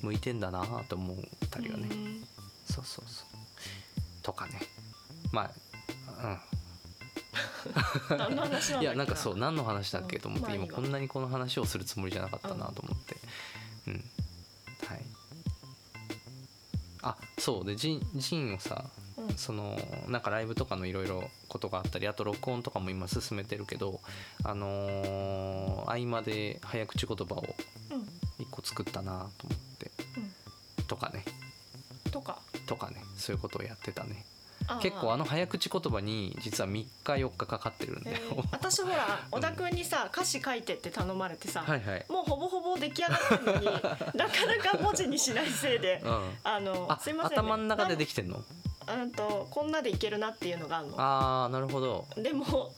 Speaker 1: 向いてんだなと思ったりはね、
Speaker 2: うん
Speaker 1: そうそうそうとかねまあ
Speaker 2: 何の
Speaker 1: う
Speaker 2: 話な
Speaker 1: ん、
Speaker 2: んだ
Speaker 1: いやなんかそうう何の話だっけと思って、
Speaker 2: まあいいわ
Speaker 1: 今こんなにこの話をするつもりじゃなかったなと思ってうん、はいあそうでジンジンをさ
Speaker 2: うん
Speaker 1: そのなんかライブとかのいろいろことがあったりあと録音とかも今進めてるけどあのー合間で早口言葉を
Speaker 2: う
Speaker 1: 一個作ったなと思って
Speaker 2: んうん
Speaker 1: とかね
Speaker 2: とか
Speaker 1: とかねそういうことをやってたね
Speaker 2: ああ
Speaker 1: 結構あの早口言葉に実は3日4日かかってるんだよ
Speaker 2: え。ー私ほら小田君にさ歌詞書いてって頼まれて さ、
Speaker 1: はいはい。
Speaker 2: もうほぼほぼ出来上がってる のになかなか文字にしないせいで
Speaker 1: う。ん。
Speaker 2: あの
Speaker 1: あ
Speaker 2: すいません、ね、
Speaker 1: 頭の中でできてんの
Speaker 2: なんうんとこんなでいけるなっていうのがあるの
Speaker 1: あーなるほど
Speaker 2: でも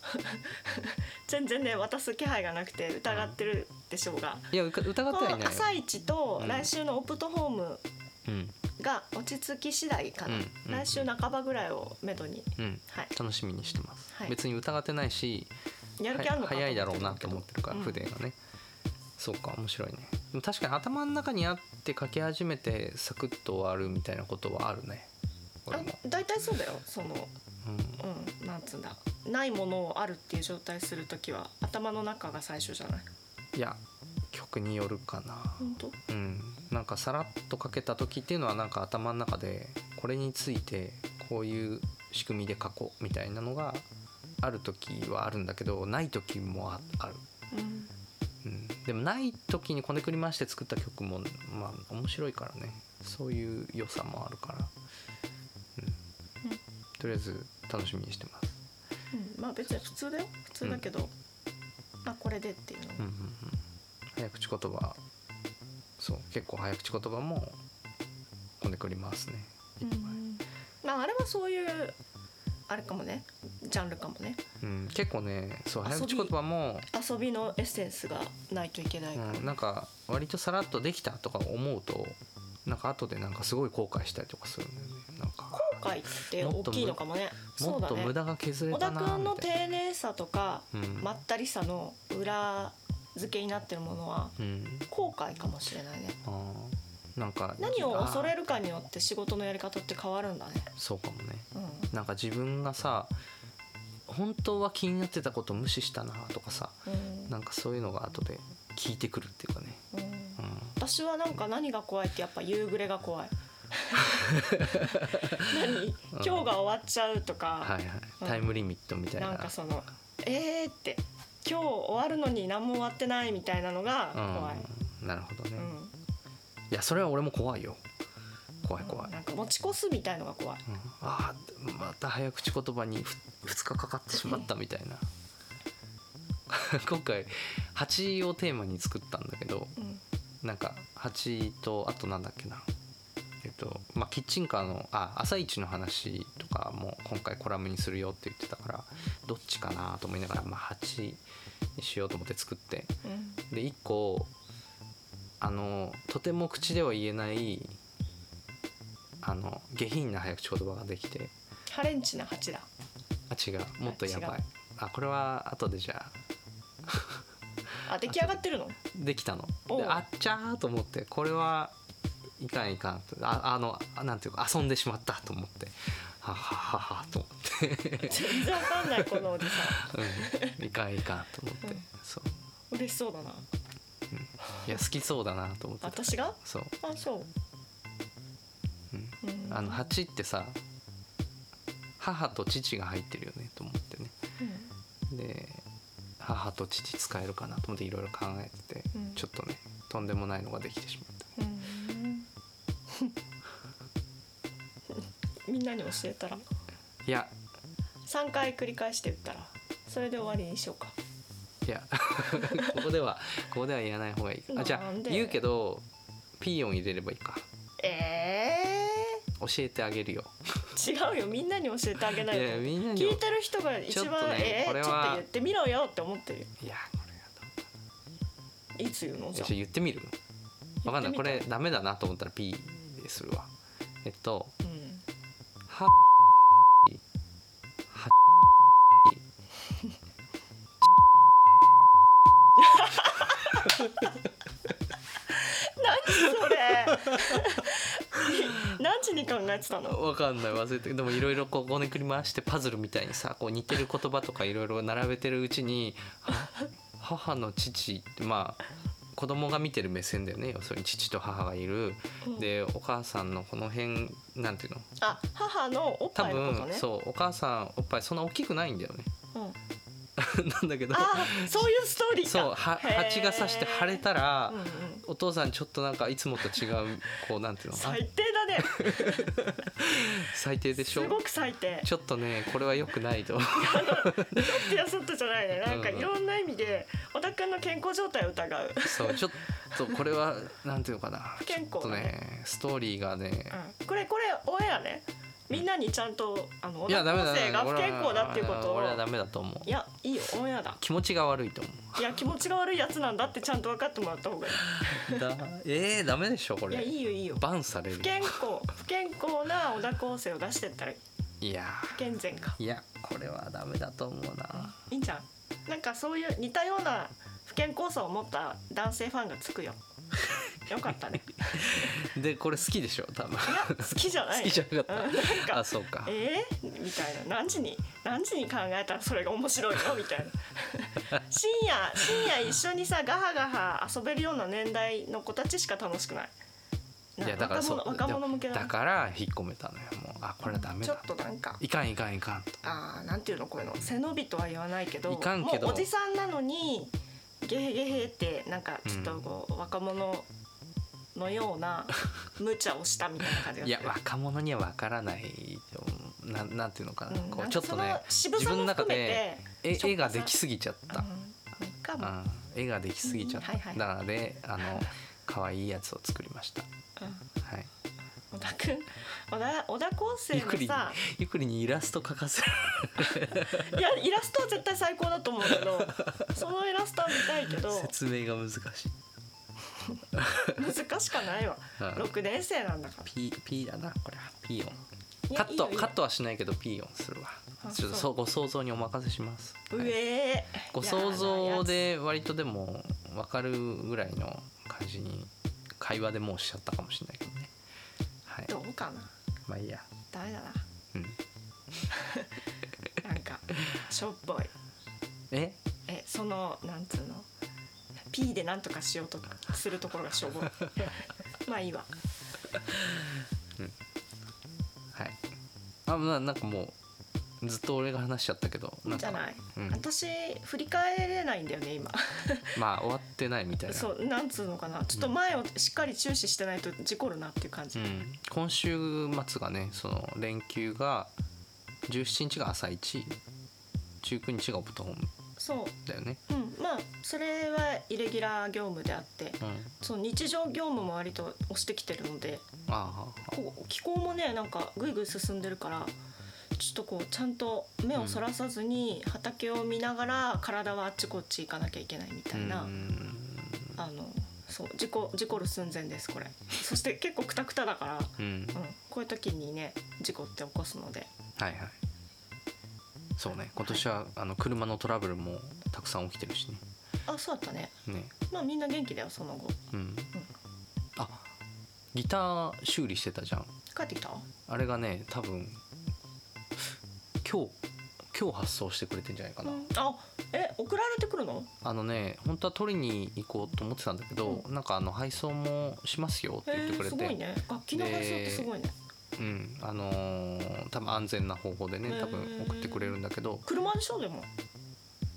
Speaker 2: 全然ね渡す気配がなくて疑ってるでしょうが、
Speaker 1: いやうか疑って
Speaker 2: こ
Speaker 1: はいな
Speaker 2: の
Speaker 1: いよ
Speaker 2: 朝一と
Speaker 1: うん
Speaker 2: 来週のオプトホーム
Speaker 1: うん
Speaker 2: が落ち着き次第かな、
Speaker 1: うんうん
Speaker 2: 来週半ばぐらいをめどに、
Speaker 1: うん
Speaker 2: はい、
Speaker 1: 楽しみにしてます、
Speaker 2: はい
Speaker 1: 別に疑ってないし
Speaker 2: やる気あるのか
Speaker 1: は
Speaker 2: と
Speaker 1: 早い
Speaker 2: 思って
Speaker 1: だ
Speaker 2: る
Speaker 1: ろうな
Speaker 2: け
Speaker 1: と
Speaker 2: ど
Speaker 1: 思ってるから、
Speaker 2: うん
Speaker 1: 筆がねそうか面白いねでも確かに頭の中にあって書き始めてサクッと終わるみたいなことはあるね俺
Speaker 2: あ
Speaker 1: も、
Speaker 2: 大体そうだよその
Speaker 1: うん、
Speaker 2: うんなんつうんだないものをあるっていう状態する時は頭の中が最初じゃない
Speaker 1: いや曲によるかな
Speaker 2: 本当
Speaker 1: うんなんかさらっとかけた時っていうのはなんか頭の中でこれについてこういう仕組みで書こうみたいなのがある時はあるんだけどない時もあある
Speaker 2: うん
Speaker 1: うん、でもない時にこねくり回して作った曲もまあ面白いからねそういう良さもあるから、うん
Speaker 2: うん
Speaker 1: とりあえず楽しみにしてます、
Speaker 2: うんまあ別に普通だよ普通だけど、まあこれでっていうの
Speaker 1: うんうんうん、早口言葉そう結構早口言葉もこねくり回すねいっぱい、
Speaker 2: まああれはそういうあれかもねジャンルかもね
Speaker 1: うん結構ねそう
Speaker 2: 遊び
Speaker 1: 早口言葉も、
Speaker 2: 遊びのエッセンスがないといけないから、
Speaker 1: うん、なんか割とさらっとできたとか思うとなんか後でなんかすごい後悔したりとかするんだよねなんか
Speaker 2: 後悔って大きいのかもねそ
Speaker 1: も
Speaker 2: う
Speaker 1: っ
Speaker 2: だ
Speaker 1: と
Speaker 2: ね
Speaker 1: 無駄が削れ
Speaker 2: 小
Speaker 1: た
Speaker 2: 田
Speaker 1: な
Speaker 2: 君の
Speaker 1: みたいな。
Speaker 2: 丁寧さとか
Speaker 1: うん
Speaker 2: まったりさの裏付けになってるものは
Speaker 1: うん
Speaker 2: 後悔かもしれないね
Speaker 1: あーなんか
Speaker 2: 何を恐れ
Speaker 1: る
Speaker 2: るかによって仕事のやり方って変わるんだね
Speaker 1: そうかもね
Speaker 2: うん
Speaker 1: なんか自分がさ本当は気になってたこと無視したなとかさ
Speaker 2: うん
Speaker 1: なんかそういうのが後で聞いてくるっていうかね、
Speaker 2: うん
Speaker 1: うん、
Speaker 2: 私はなんか何が怖いってやっぱ夕暮れ が怖い何今日が終わっちゃうとか、
Speaker 1: はいはいタイムリミットみたいな
Speaker 2: なんかその「えー」って「今日終わるのに何も終わってない」みたいなのが怖い。
Speaker 1: うん、なるほどね、
Speaker 2: うん
Speaker 1: いやそれは俺も怖いよ怖い怖い、
Speaker 2: なんか持ち越すみたいのが怖い。
Speaker 1: うんあーまた早口言葉に2日かかってしまったみたいな 今回蜂をテーマに作ったんだけど、
Speaker 2: うん
Speaker 1: なんか蜂とあとなんだっけなえっとまあキッチンカーのあ朝一の話とかも今回コラムにするよって言ってたからどっちかなと思いながら、まあ、蜂にしようと思って作って
Speaker 2: うん
Speaker 1: で1個あのとても口では言えないあの下品な早口言葉ができて
Speaker 2: ハレンチな蜂だ。
Speaker 1: あ違うもっとやば
Speaker 2: あ違
Speaker 1: いあこれは後でじゃあ
Speaker 2: あ出来上がってるの？
Speaker 1: できたの
Speaker 2: おう
Speaker 1: であっちゃーと思ってこれはいかんいかんとああのあなんていうか遊んでしまったと思ってはっはっはっはと思
Speaker 2: 全然わかんないこのおじさ
Speaker 1: って、 うん、いかんいかんと思って、
Speaker 2: うん。
Speaker 1: そうん
Speaker 2: 嬉しそうだな。
Speaker 1: いや好きそうだなと思って
Speaker 2: 私が？
Speaker 1: そう、
Speaker 2: あそう。
Speaker 1: うん、
Speaker 2: うん
Speaker 1: あの蜂ってさ母と父が入ってるよねと思ってね
Speaker 2: うん
Speaker 1: で母と父使えるかなと思っていろいろ考えてて、
Speaker 2: うん
Speaker 1: ちょっとねとんでもないのができてしまった
Speaker 2: うん。みんなに教えたら
Speaker 1: いや
Speaker 2: 3回繰り返して言ったらそれで終わりにしようか
Speaker 1: い やここではここでは言わない方がいいあじゃ
Speaker 2: な
Speaker 1: あ
Speaker 2: んで
Speaker 1: 言うけどピーヨン入れればいいか
Speaker 2: え
Speaker 1: 教えてあげるよ
Speaker 2: ー、違うよみんなに教えてあげないい
Speaker 1: や
Speaker 2: と
Speaker 1: みんなに
Speaker 2: 聞いてる人が一
Speaker 1: ちょっ
Speaker 2: 番
Speaker 1: と、ね
Speaker 2: え
Speaker 1: こ
Speaker 2: ー、
Speaker 1: れは
Speaker 2: ちょっと言ってみろよって思ってるよ
Speaker 1: いやこれはどう
Speaker 2: いつ言うのじ
Speaker 1: じゃ
Speaker 2: ゃ
Speaker 1: あ言ってみるわかんない
Speaker 2: 言
Speaker 1: こ
Speaker 2: ってみ
Speaker 1: れダメだなと思ったらピーでするわえっと
Speaker 2: あ、うん、
Speaker 1: はは
Speaker 2: 何それ何時に考えて たの
Speaker 1: わかんない忘れてでもいろいろこうごねくり回してパズルみたいにさこう似てる言葉とかいろいろ並べてるうちには母の父ってまあ子供が見てる目線だよね要するに父と母がいる
Speaker 2: うん
Speaker 1: でお母さんのこの辺なんていうの
Speaker 2: あ母のおっ
Speaker 1: 多
Speaker 2: ぱいの
Speaker 1: 分、
Speaker 2: ことね
Speaker 1: そうお母さんおっぱいそんな大きくないんだよね
Speaker 2: う、ん、
Speaker 1: なんだけど
Speaker 2: あそういうストーリーか
Speaker 1: そうは
Speaker 2: へー
Speaker 1: 蜂が刺して腫れたら、
Speaker 2: うんうん、
Speaker 1: お父さんちょっとなんかいつもと違うこうなんていうのあ
Speaker 2: 最低だね
Speaker 1: 最低ですしょ
Speaker 2: ごく最低
Speaker 1: ちょっとねこれは良くない と
Speaker 2: ピアソットじゃないねなんか
Speaker 1: うん
Speaker 2: いろんな意味で小田君の健康状態を疑う
Speaker 1: そうちょっとこれはなんていうのかな
Speaker 2: 不健
Speaker 1: ちょっ
Speaker 2: 康
Speaker 1: と
Speaker 2: だね
Speaker 1: ねストーリーがね、
Speaker 2: うん、これこれオンエアねみんなにちゃんとあの
Speaker 1: いや
Speaker 2: 小
Speaker 1: ダ
Speaker 2: 田
Speaker 1: メだ
Speaker 2: 先
Speaker 1: ね
Speaker 2: 生が不健康だっていうことを
Speaker 1: 俺はダメだと思う
Speaker 2: いやいいよオンエアだ
Speaker 1: 気持ちが悪いと思
Speaker 2: いや気持ちが悪いやつなんだってちゃんと分かってもらった方がいいう
Speaker 1: だ えー、ダメでしょこ
Speaker 2: いや
Speaker 1: れ
Speaker 2: いいよいいよ
Speaker 1: バンされる
Speaker 2: 不健康不健康な小田高生を出してったら
Speaker 1: いや
Speaker 2: 不健全か
Speaker 1: いやこれはダメだと思うない
Speaker 2: いんじゃんなんかそういう似たような不健康さを持った男性ファンがつくよよかったね
Speaker 1: でこれ好きでしょ多分
Speaker 2: いや好きじゃない
Speaker 1: 好きじゃなかった
Speaker 2: うんなんか
Speaker 1: あそうか
Speaker 2: えー、みたいな何時に何時に考えたらそれが面白いのみたい な深夜深夜一緒にさガハガハ遊べるような年代の子たちしか楽しくないない
Speaker 1: やだから
Speaker 2: 若
Speaker 1: そう
Speaker 2: 者若者向けだ
Speaker 1: だから引っ込めたのよもうあこれはダメ
Speaker 2: ちょ
Speaker 1: だ
Speaker 2: っとなんか
Speaker 1: いかんいかんいかんと
Speaker 2: あーなんていうのこういうの背伸びとは言わないけど
Speaker 1: いかんけど
Speaker 2: もうおじさんなのにゲヘゲヘってなんかちょっとこう、若者のよう な無茶をしたみたいな感じが
Speaker 1: いや若者にはわからないと思うなんなんていうのかな、
Speaker 2: うん
Speaker 1: こ
Speaker 2: な
Speaker 1: うんちょ
Speaker 2: か
Speaker 1: っと
Speaker 2: その
Speaker 1: ね
Speaker 2: 渋さも含めて
Speaker 1: え
Speaker 2: ちょ
Speaker 1: 絵
Speaker 2: っとさ
Speaker 1: ができすぎちゃっ
Speaker 2: う
Speaker 1: た
Speaker 2: ん、まあいいか
Speaker 1: う
Speaker 2: も、
Speaker 1: ん、絵ができすぎちゃった、
Speaker 2: うんはいはい
Speaker 1: なのであ の可愛いやつを作りました
Speaker 2: うん
Speaker 1: はい
Speaker 2: 小田君小田小田高生
Speaker 1: ゆっく
Speaker 2: の
Speaker 1: り
Speaker 2: さ
Speaker 1: ゆっくりにイラスト描かせる
Speaker 2: いやイラストは絶対最高だと思うけ どそのイラストは見たいけど
Speaker 1: 説明が難しい、
Speaker 2: 難しかないわ
Speaker 1: うん、
Speaker 2: 6年生なんだから
Speaker 1: P, P だなこれは P 音
Speaker 2: いや
Speaker 1: カット
Speaker 2: いいよいいよ
Speaker 1: カットはしないけど P 音するわ
Speaker 2: あ
Speaker 1: ちょっと
Speaker 2: そ
Speaker 1: そうご想像にお任せします、は
Speaker 2: う
Speaker 1: い
Speaker 2: えー
Speaker 1: ご想像で割とでも分かるぐらいの感じに会話でもうしちゃったかもしれないけどねはい
Speaker 2: どうかな
Speaker 1: まあいいや
Speaker 2: ダメだな
Speaker 1: うん
Speaker 2: なんかしょっぽい
Speaker 1: え
Speaker 2: えそのなんつうの P でなんとかしようとするところがし ょぼいまあいいわ
Speaker 1: はいあななんかもうずっと俺が話しちゃったけど
Speaker 2: いい
Speaker 1: なん
Speaker 2: じゃ
Speaker 1: か
Speaker 2: ない、
Speaker 1: うん
Speaker 2: 私振り返れないんだよね今
Speaker 1: まあ終わってないみたいな
Speaker 2: そうなんつうのかなちょっと前をしっかり注視してないと事故るなっていう感じ、
Speaker 1: うん、今週末がねその連休が17日が朝一19日がオプトホーム
Speaker 2: そ
Speaker 1: だよね、
Speaker 2: ううんまあそれはイレギュラー業務であって
Speaker 1: うん、
Speaker 2: その日常業務も割と押してきてるので
Speaker 1: ああ
Speaker 2: こう気候もねなんかぐいぐい進んでるからちょっとこうちゃんと目をそらさずに畑を見ながら体はあっちこっち行かなきゃいけないみたいな、
Speaker 1: うん
Speaker 2: あのそう事故事故る寸前です これそして結構クタクタだから、
Speaker 1: うん
Speaker 2: うん、こういう時にね事故って起こすので
Speaker 1: はいはいそうね今年は、あの車のトラブルもたくさん起きてるしね
Speaker 2: あそうだったね
Speaker 1: ね
Speaker 2: まあみんな元気だよその後
Speaker 1: うん、あギター修理してたじゃん
Speaker 2: 帰ってきた
Speaker 1: あれがね多分今日今日発送してくれてんじゃないかな、
Speaker 2: あえ送られてくるの
Speaker 1: あのね本当は取りに行こうと思ってたんだけど、なんかあの配送もしますよって
Speaker 2: へ
Speaker 1: 言って
Speaker 2: え
Speaker 1: くれ
Speaker 2: す
Speaker 1: て、
Speaker 2: ごいね楽器の配送ってすごいね
Speaker 1: うんあのー多分安全な方法でね多
Speaker 2: へ
Speaker 1: 分
Speaker 2: ー
Speaker 1: 送ってくれるんだけど
Speaker 2: 車でしょでも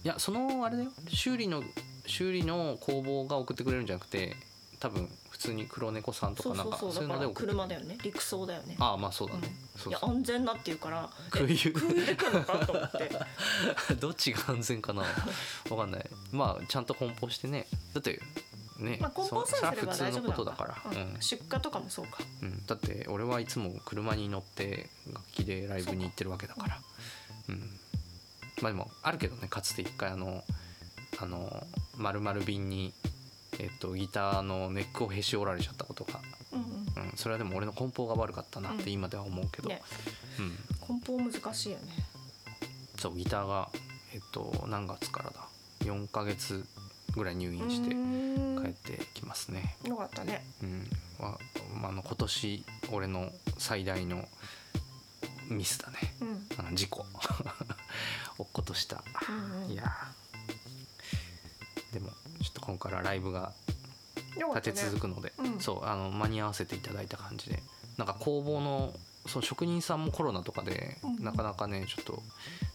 Speaker 1: いやそのあれだよ修理の修理の工房が送ってくれるんじゃなくて多分普通に黒猫さんと
Speaker 2: そ
Speaker 1: か
Speaker 2: う
Speaker 1: なん
Speaker 2: そう
Speaker 1: かそ
Speaker 2: そう
Speaker 1: ういう
Speaker 2: だ
Speaker 1: の
Speaker 2: か
Speaker 1: で
Speaker 2: ら
Speaker 1: 送って
Speaker 2: 車だよね陸送だよね
Speaker 1: ああまあそうだね、そう
Speaker 2: いや
Speaker 1: そう
Speaker 2: 安全だって言うから
Speaker 1: 空輸
Speaker 2: 空輸で来るのか と思って
Speaker 1: どっちが安全かなわかんないまあちゃんと梱包してねだってね、
Speaker 2: まあ梱
Speaker 1: そ
Speaker 2: 包さ
Speaker 1: そ
Speaker 2: えすれ
Speaker 1: れ
Speaker 2: ば
Speaker 1: は
Speaker 2: 大
Speaker 1: 普
Speaker 2: 丈
Speaker 1: 通
Speaker 2: 夫
Speaker 1: の
Speaker 2: な
Speaker 1: こと
Speaker 2: の
Speaker 1: だか、
Speaker 2: からうん出荷とかもそうか
Speaker 1: うん、だって俺はいつも車に乗って楽器でライブに行ってるわけだからう、ん、まあでもあるけどねかつて一回あのあの丸々瓶に、えっと、ギターのネックをへし折られちゃったことが、
Speaker 2: うんうん
Speaker 1: うん、それはでも俺の梱包が悪かったなって今では思うけど、うん
Speaker 2: ね梱包難しいよね
Speaker 1: そうギターが、えっと、何月からだ4ヶ月ぐらい入院して
Speaker 2: うーん
Speaker 1: 帰ってきますね。
Speaker 2: よかったね
Speaker 1: うん、わまああの今年俺の最大のミスだね。
Speaker 2: うん
Speaker 1: あの事故 落っことした
Speaker 2: うんうん
Speaker 1: いやーでもちょっと今回はライブが
Speaker 2: よかっ
Speaker 1: 立
Speaker 2: た
Speaker 1: て続
Speaker 2: ね
Speaker 1: くので、
Speaker 2: うん
Speaker 1: そうあの間に合わせていただいた感じでなんか工房のその職人さんもコロナとかで、
Speaker 2: うん
Speaker 1: なかなかねちょっと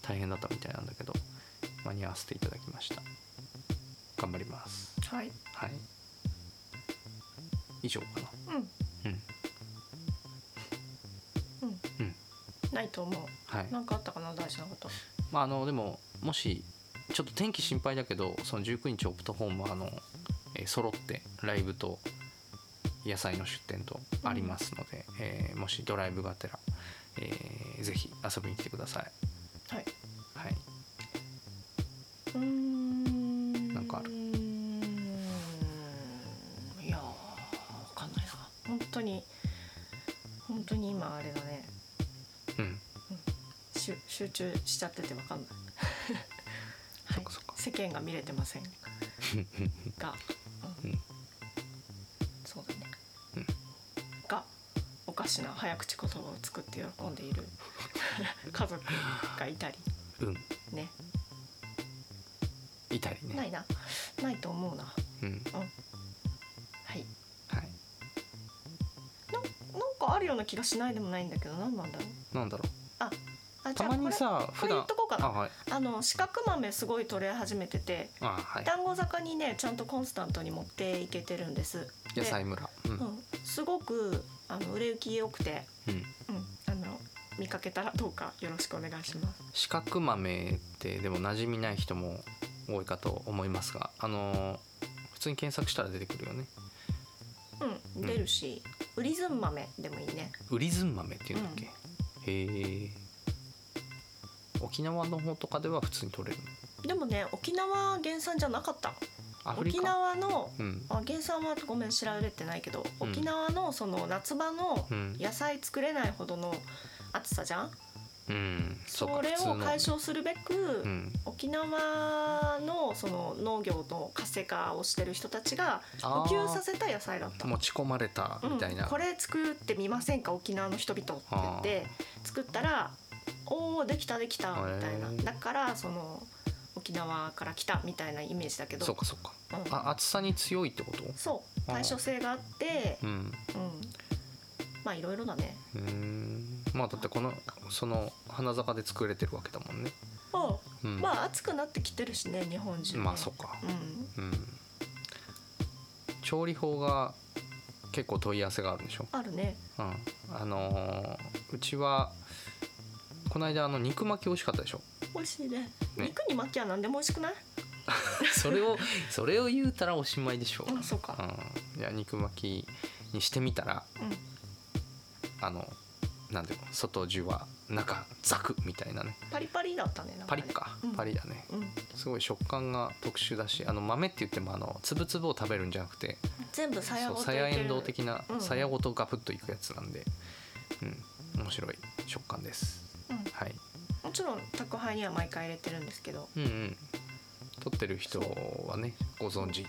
Speaker 1: 大変だったみたいなんだけど間に合わせていただきました頑張ります
Speaker 2: はい
Speaker 1: はい以上かな
Speaker 2: うん
Speaker 1: うん
Speaker 2: ないと思
Speaker 1: はい、
Speaker 2: うなんかあったかな大事なこと
Speaker 1: まああのでももしちょっと天気心配だけどその19日オプトホームはあの、えー揃ってライブと野菜の出店とありますので、えーもしドライブがてら、えーぜひ遊びに来てください。
Speaker 2: はい
Speaker 1: はい、
Speaker 2: うーん
Speaker 1: なんかある
Speaker 2: うーんいやーわかんないな本当に本当に今あれだね
Speaker 1: うん、
Speaker 2: 集集中しちゃっててわかんない、は
Speaker 1: そっ
Speaker 2: い
Speaker 1: かそっか、
Speaker 2: 世間が見れてま せんが、う
Speaker 1: う
Speaker 2: ん
Speaker 1: ん
Speaker 2: そうだね、
Speaker 1: うん
Speaker 2: がおかしな早口言葉を作って喜んでい る家族がいたり
Speaker 1: うん、
Speaker 2: ね
Speaker 1: いたり
Speaker 2: な
Speaker 1: ね。
Speaker 2: いなないと思うな
Speaker 1: うん、
Speaker 2: はい
Speaker 1: はい。
Speaker 2: なんかあるような気がしないでもないんだけど何なんだろう
Speaker 1: なんだろ
Speaker 2: あ
Speaker 1: う。
Speaker 2: じ
Speaker 1: た
Speaker 2: ゃあ
Speaker 1: ま
Speaker 2: こ
Speaker 1: に
Speaker 2: れ
Speaker 1: さ、
Speaker 2: こ
Speaker 1: 普
Speaker 2: れ言
Speaker 1: 段
Speaker 2: っとこうか
Speaker 1: あ
Speaker 2: な
Speaker 1: はい、
Speaker 2: あの四角豆すごい取れ始めてて
Speaker 1: あはい、
Speaker 2: 団子坂にねちゃんとコンスタントに持っていけてるんですで
Speaker 1: 野菜村。うん、う、
Speaker 2: うんん、すごくあの売れ行き良くて、うん、あの見かけたらどうかよろしくお願いします。
Speaker 1: 四角豆ってでも馴染みない人も多いかと思いますが、あのー普通に検索したら出てくるよね。
Speaker 2: うん、出るし、ウリズン豆でもいいね。
Speaker 1: ウリズン豆っていうんだっけ。へえ。沖縄の方とかでは普通に取れるの。
Speaker 2: でもね、沖縄原産じゃなかった。
Speaker 1: アフリカ。
Speaker 2: 沖縄の
Speaker 1: うん、
Speaker 2: あ原産はごめん調べてないけど、
Speaker 1: うん
Speaker 2: 沖縄のその夏場の
Speaker 1: うん、
Speaker 2: 野菜作れないほどの暑さじゃん。
Speaker 1: うん、う
Speaker 2: そ
Speaker 1: か
Speaker 2: れ
Speaker 1: 普通
Speaker 2: を
Speaker 1: の
Speaker 2: 解消するべく、
Speaker 1: うん、
Speaker 2: 沖縄のその農業の活性化をしてる人たちが
Speaker 1: あ
Speaker 2: 普
Speaker 1: ー
Speaker 2: 及させた野菜だった。
Speaker 1: 持ち込まれたみたいな。
Speaker 2: うん、これ作ってみませんか沖縄の人々って言
Speaker 1: あ
Speaker 2: って作ったら「おおできたできた」みたいな
Speaker 1: へー
Speaker 2: だからその沖縄から来たみたいなイメージだけど
Speaker 1: そうかそうか。
Speaker 2: うん
Speaker 1: あ暑さに強いってこと？
Speaker 2: そう
Speaker 1: あー
Speaker 2: 対処性があって
Speaker 1: うん。
Speaker 2: うん、まあいろいろだね
Speaker 1: うーんまあだってこのその花坂で作れてるわけだもんね。
Speaker 2: あ
Speaker 1: うん、
Speaker 2: まあ暑くなってきてるしね日本中ね
Speaker 1: まあそっか。
Speaker 2: うん
Speaker 1: うん。調理法が結構問い合わせがあるんでしょ。
Speaker 2: あるね
Speaker 1: うん。あのーうちはこの間あの肉巻き美味しかった でしょ。
Speaker 2: 美味しいね
Speaker 1: ね
Speaker 2: 肉に巻きは何でも美味しくない
Speaker 1: それをそれを言うたらおしまいでしょ。
Speaker 2: あそうか
Speaker 1: うん。いや肉巻きにしてみたら
Speaker 2: うん
Speaker 1: あのなんていうの外ジュは中ザクみたいなね
Speaker 2: パリパリだったねなん
Speaker 1: パ
Speaker 2: ね
Speaker 1: リか、
Speaker 2: うん
Speaker 1: パリだね。
Speaker 2: うん
Speaker 1: すごい食感が特殊だしあの豆って言ってもあの粒々を食べるんじゃなくて
Speaker 2: 全部さや
Speaker 1: そう
Speaker 2: ごと
Speaker 1: さ
Speaker 2: いける
Speaker 1: やえんどう的な
Speaker 2: うん
Speaker 1: さやごとガブッといくやつなんで、うん、面白い食感です、
Speaker 2: うん
Speaker 1: はい、
Speaker 2: もちろん宅配には毎回入れてるんですけど
Speaker 1: うんうん撮ってる人はねご存知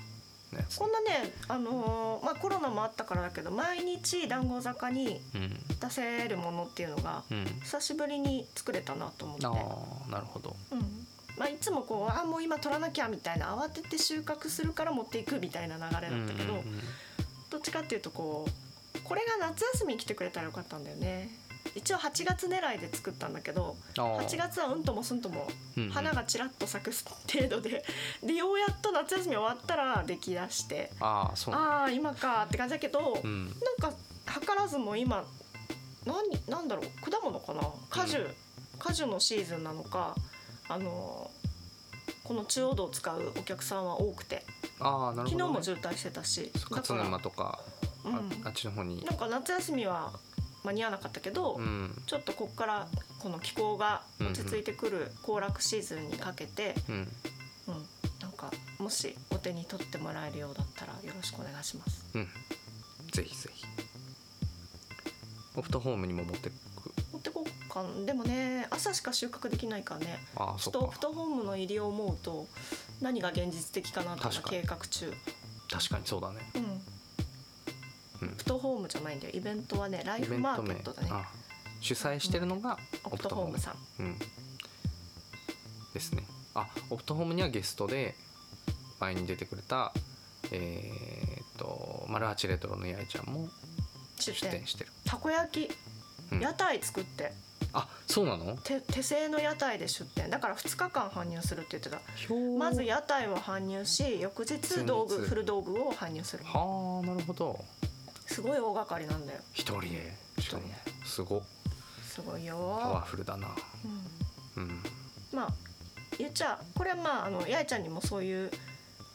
Speaker 1: のやつ
Speaker 2: こんなね、あのーまあ、コロナもあったからだけど毎日団子坂に
Speaker 1: うん
Speaker 2: 出せるものっていうのが
Speaker 1: うん
Speaker 2: 久しぶりに作れたなと思って、
Speaker 1: ああなるほど
Speaker 2: うんまあ、いつもこうあもう今取らなきゃみたいな慌てて収穫するから持っていくみたいな流れだったけど、
Speaker 1: うんうんうん
Speaker 2: どっちかっていうとこうこれが夏休みに来てくれたらよかったんだよね一応8月狙いで作ったんだけど
Speaker 1: あー
Speaker 2: 8月はうんともすんとも
Speaker 1: うんうん
Speaker 2: 花がちらっと咲く程度で でようやっと夏休み終わったら出来だして
Speaker 1: ああそうなんだ
Speaker 2: ああ今かって感じだけど、
Speaker 1: う
Speaker 2: なん
Speaker 1: ん
Speaker 2: か図らずも今何なんだろう果物かな果樹、果樹のシーズンなのかあのこの中央道を使うお客さんは多くて、
Speaker 1: ああなる
Speaker 2: 昨日
Speaker 1: ほど、
Speaker 2: も
Speaker 1: ね、
Speaker 2: 渋滞してたし
Speaker 1: そう
Speaker 2: だから
Speaker 1: 勝沼とか、
Speaker 2: うん、
Speaker 1: ああっちの方に
Speaker 2: なんか夏休みは間に合わなかったけど、
Speaker 1: うん
Speaker 2: ちょっとこっからこの気候が落ち着いてくる行楽シーズンにかけて、
Speaker 1: うん
Speaker 2: うん、なんかもしお手に取ってもらえるようだったらよろしくお願いします。
Speaker 1: うん、ぜひぜひオフトホームにも持ってく
Speaker 2: 持ってこっかでもね朝しか収穫できないからね
Speaker 1: ああ
Speaker 2: ち
Speaker 1: そ
Speaker 2: ょっとオ
Speaker 1: っ
Speaker 2: フ
Speaker 1: か
Speaker 2: トホームの入りを思うと何が現実的かなとか
Speaker 1: 確かに
Speaker 2: 計画中
Speaker 1: 確かにそうだね
Speaker 2: うん、
Speaker 1: うん
Speaker 2: オフトホームじゃないんだよイベントはねライ
Speaker 1: イ
Speaker 2: フ
Speaker 1: ベン
Speaker 2: マ
Speaker 1: ト
Speaker 2: ーケ
Speaker 1: 名
Speaker 2: ットだね
Speaker 1: あ主催してるのが
Speaker 2: オフトホームさん
Speaker 1: うんですねあオフトホームにはゲストで前に出てくれたえーっとマルハチレトロの八重ちゃんも
Speaker 2: 出
Speaker 1: 出
Speaker 2: 店
Speaker 1: 店してる
Speaker 2: たこ焼き、
Speaker 1: うん
Speaker 2: 屋台作って
Speaker 1: あそうなの
Speaker 2: 手手製の屋台で出店だから2日間搬入するって言ってた
Speaker 1: ひょー
Speaker 2: まず屋台を搬入し翌日道具
Speaker 1: 前日
Speaker 2: フル道具を搬入する
Speaker 1: はあなるほど
Speaker 2: すごい大掛かりなんだよ
Speaker 1: 一人でしかも
Speaker 2: 一人
Speaker 1: すごっ
Speaker 2: すごい
Speaker 1: パワ
Speaker 2: よ、
Speaker 1: フルだな
Speaker 2: うん
Speaker 1: うん
Speaker 2: まあ言っちゃこれはまああの八重ちゃんにもそういう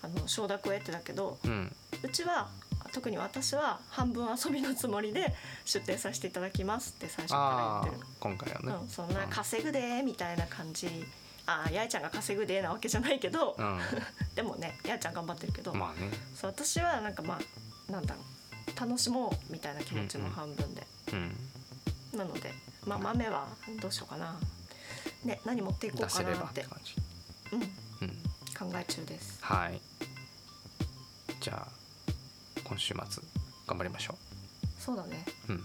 Speaker 2: あの承諾を得てだけど
Speaker 1: うん
Speaker 2: うちは特に私は半分遊びのつもりで出店させていただきますって最初から
Speaker 1: ああ
Speaker 2: 言ってる。
Speaker 1: 今回はね
Speaker 2: うん、そんな稼ぐでーみたいな感じあーやいちゃんが稼ぐでーなわけじゃないけど、でもねやいちゃん頑張ってるけど、
Speaker 1: うんまあね
Speaker 2: そう私はなんかまあなんだろう楽しもうみたいな気持ちも半分で、
Speaker 1: うん
Speaker 2: なのでまあ豆はどうしようかなね何持っていこ
Speaker 1: 出
Speaker 2: うか
Speaker 1: せ
Speaker 2: な
Speaker 1: れば
Speaker 2: っ
Speaker 1: ってて感じ
Speaker 2: うん
Speaker 1: うん
Speaker 2: 考え中です
Speaker 1: はいじゃあ今週末頑張りましょ
Speaker 2: そうだね
Speaker 1: ううん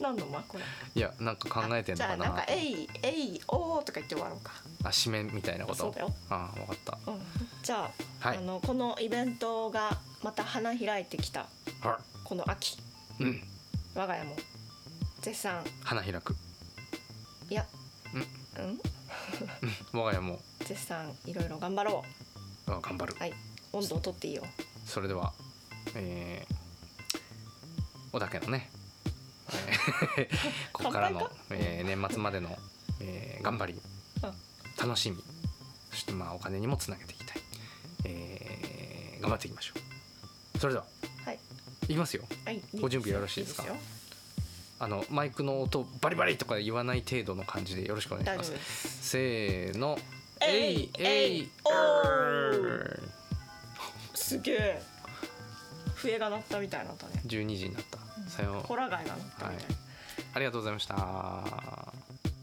Speaker 2: 何の間これ
Speaker 1: いやなんか考えてんのか
Speaker 2: あじゃあなんか
Speaker 1: な
Speaker 2: 「えいえいおー」とか言って終わろうか
Speaker 1: あ締めみたいなこ
Speaker 2: そう
Speaker 1: と
Speaker 2: だよ、
Speaker 1: ああ分かった
Speaker 2: うん、じゃあ,、
Speaker 1: はい
Speaker 2: あのこのイベントがまた花開いてきた
Speaker 1: は
Speaker 2: この秋
Speaker 1: いうん
Speaker 2: 我が家も絶賛
Speaker 1: 花開く
Speaker 2: いやうん
Speaker 1: 我が家も
Speaker 2: 絶賛いろいろ頑張ろ
Speaker 1: うん頑張る
Speaker 2: うはい温度をとっていいよ
Speaker 1: それでは、えー、おだけのね、 えーここから
Speaker 2: 乾
Speaker 1: の
Speaker 2: 杯か、
Speaker 1: えー年末までの、えー頑張り
Speaker 2: うん
Speaker 1: 楽しみそしてまあお金にもつなげていきたい、えー頑張っていきましょうそれでは
Speaker 2: はい
Speaker 1: いきますよ
Speaker 2: はい
Speaker 1: ご準備よろしいですか
Speaker 2: よ
Speaker 1: あのマイクの音バリバリとか言わない程度の感じでよろしくお願い
Speaker 2: 大
Speaker 1: し
Speaker 2: 丈
Speaker 1: ます
Speaker 2: 夫です
Speaker 1: せーの
Speaker 2: えいえいおー
Speaker 1: ー
Speaker 2: すげえ笛が鳴ったみたいなったね
Speaker 1: 12時になったさよう
Speaker 2: ホラ貝が鳴ったみたいな、
Speaker 1: はいありがとうございました。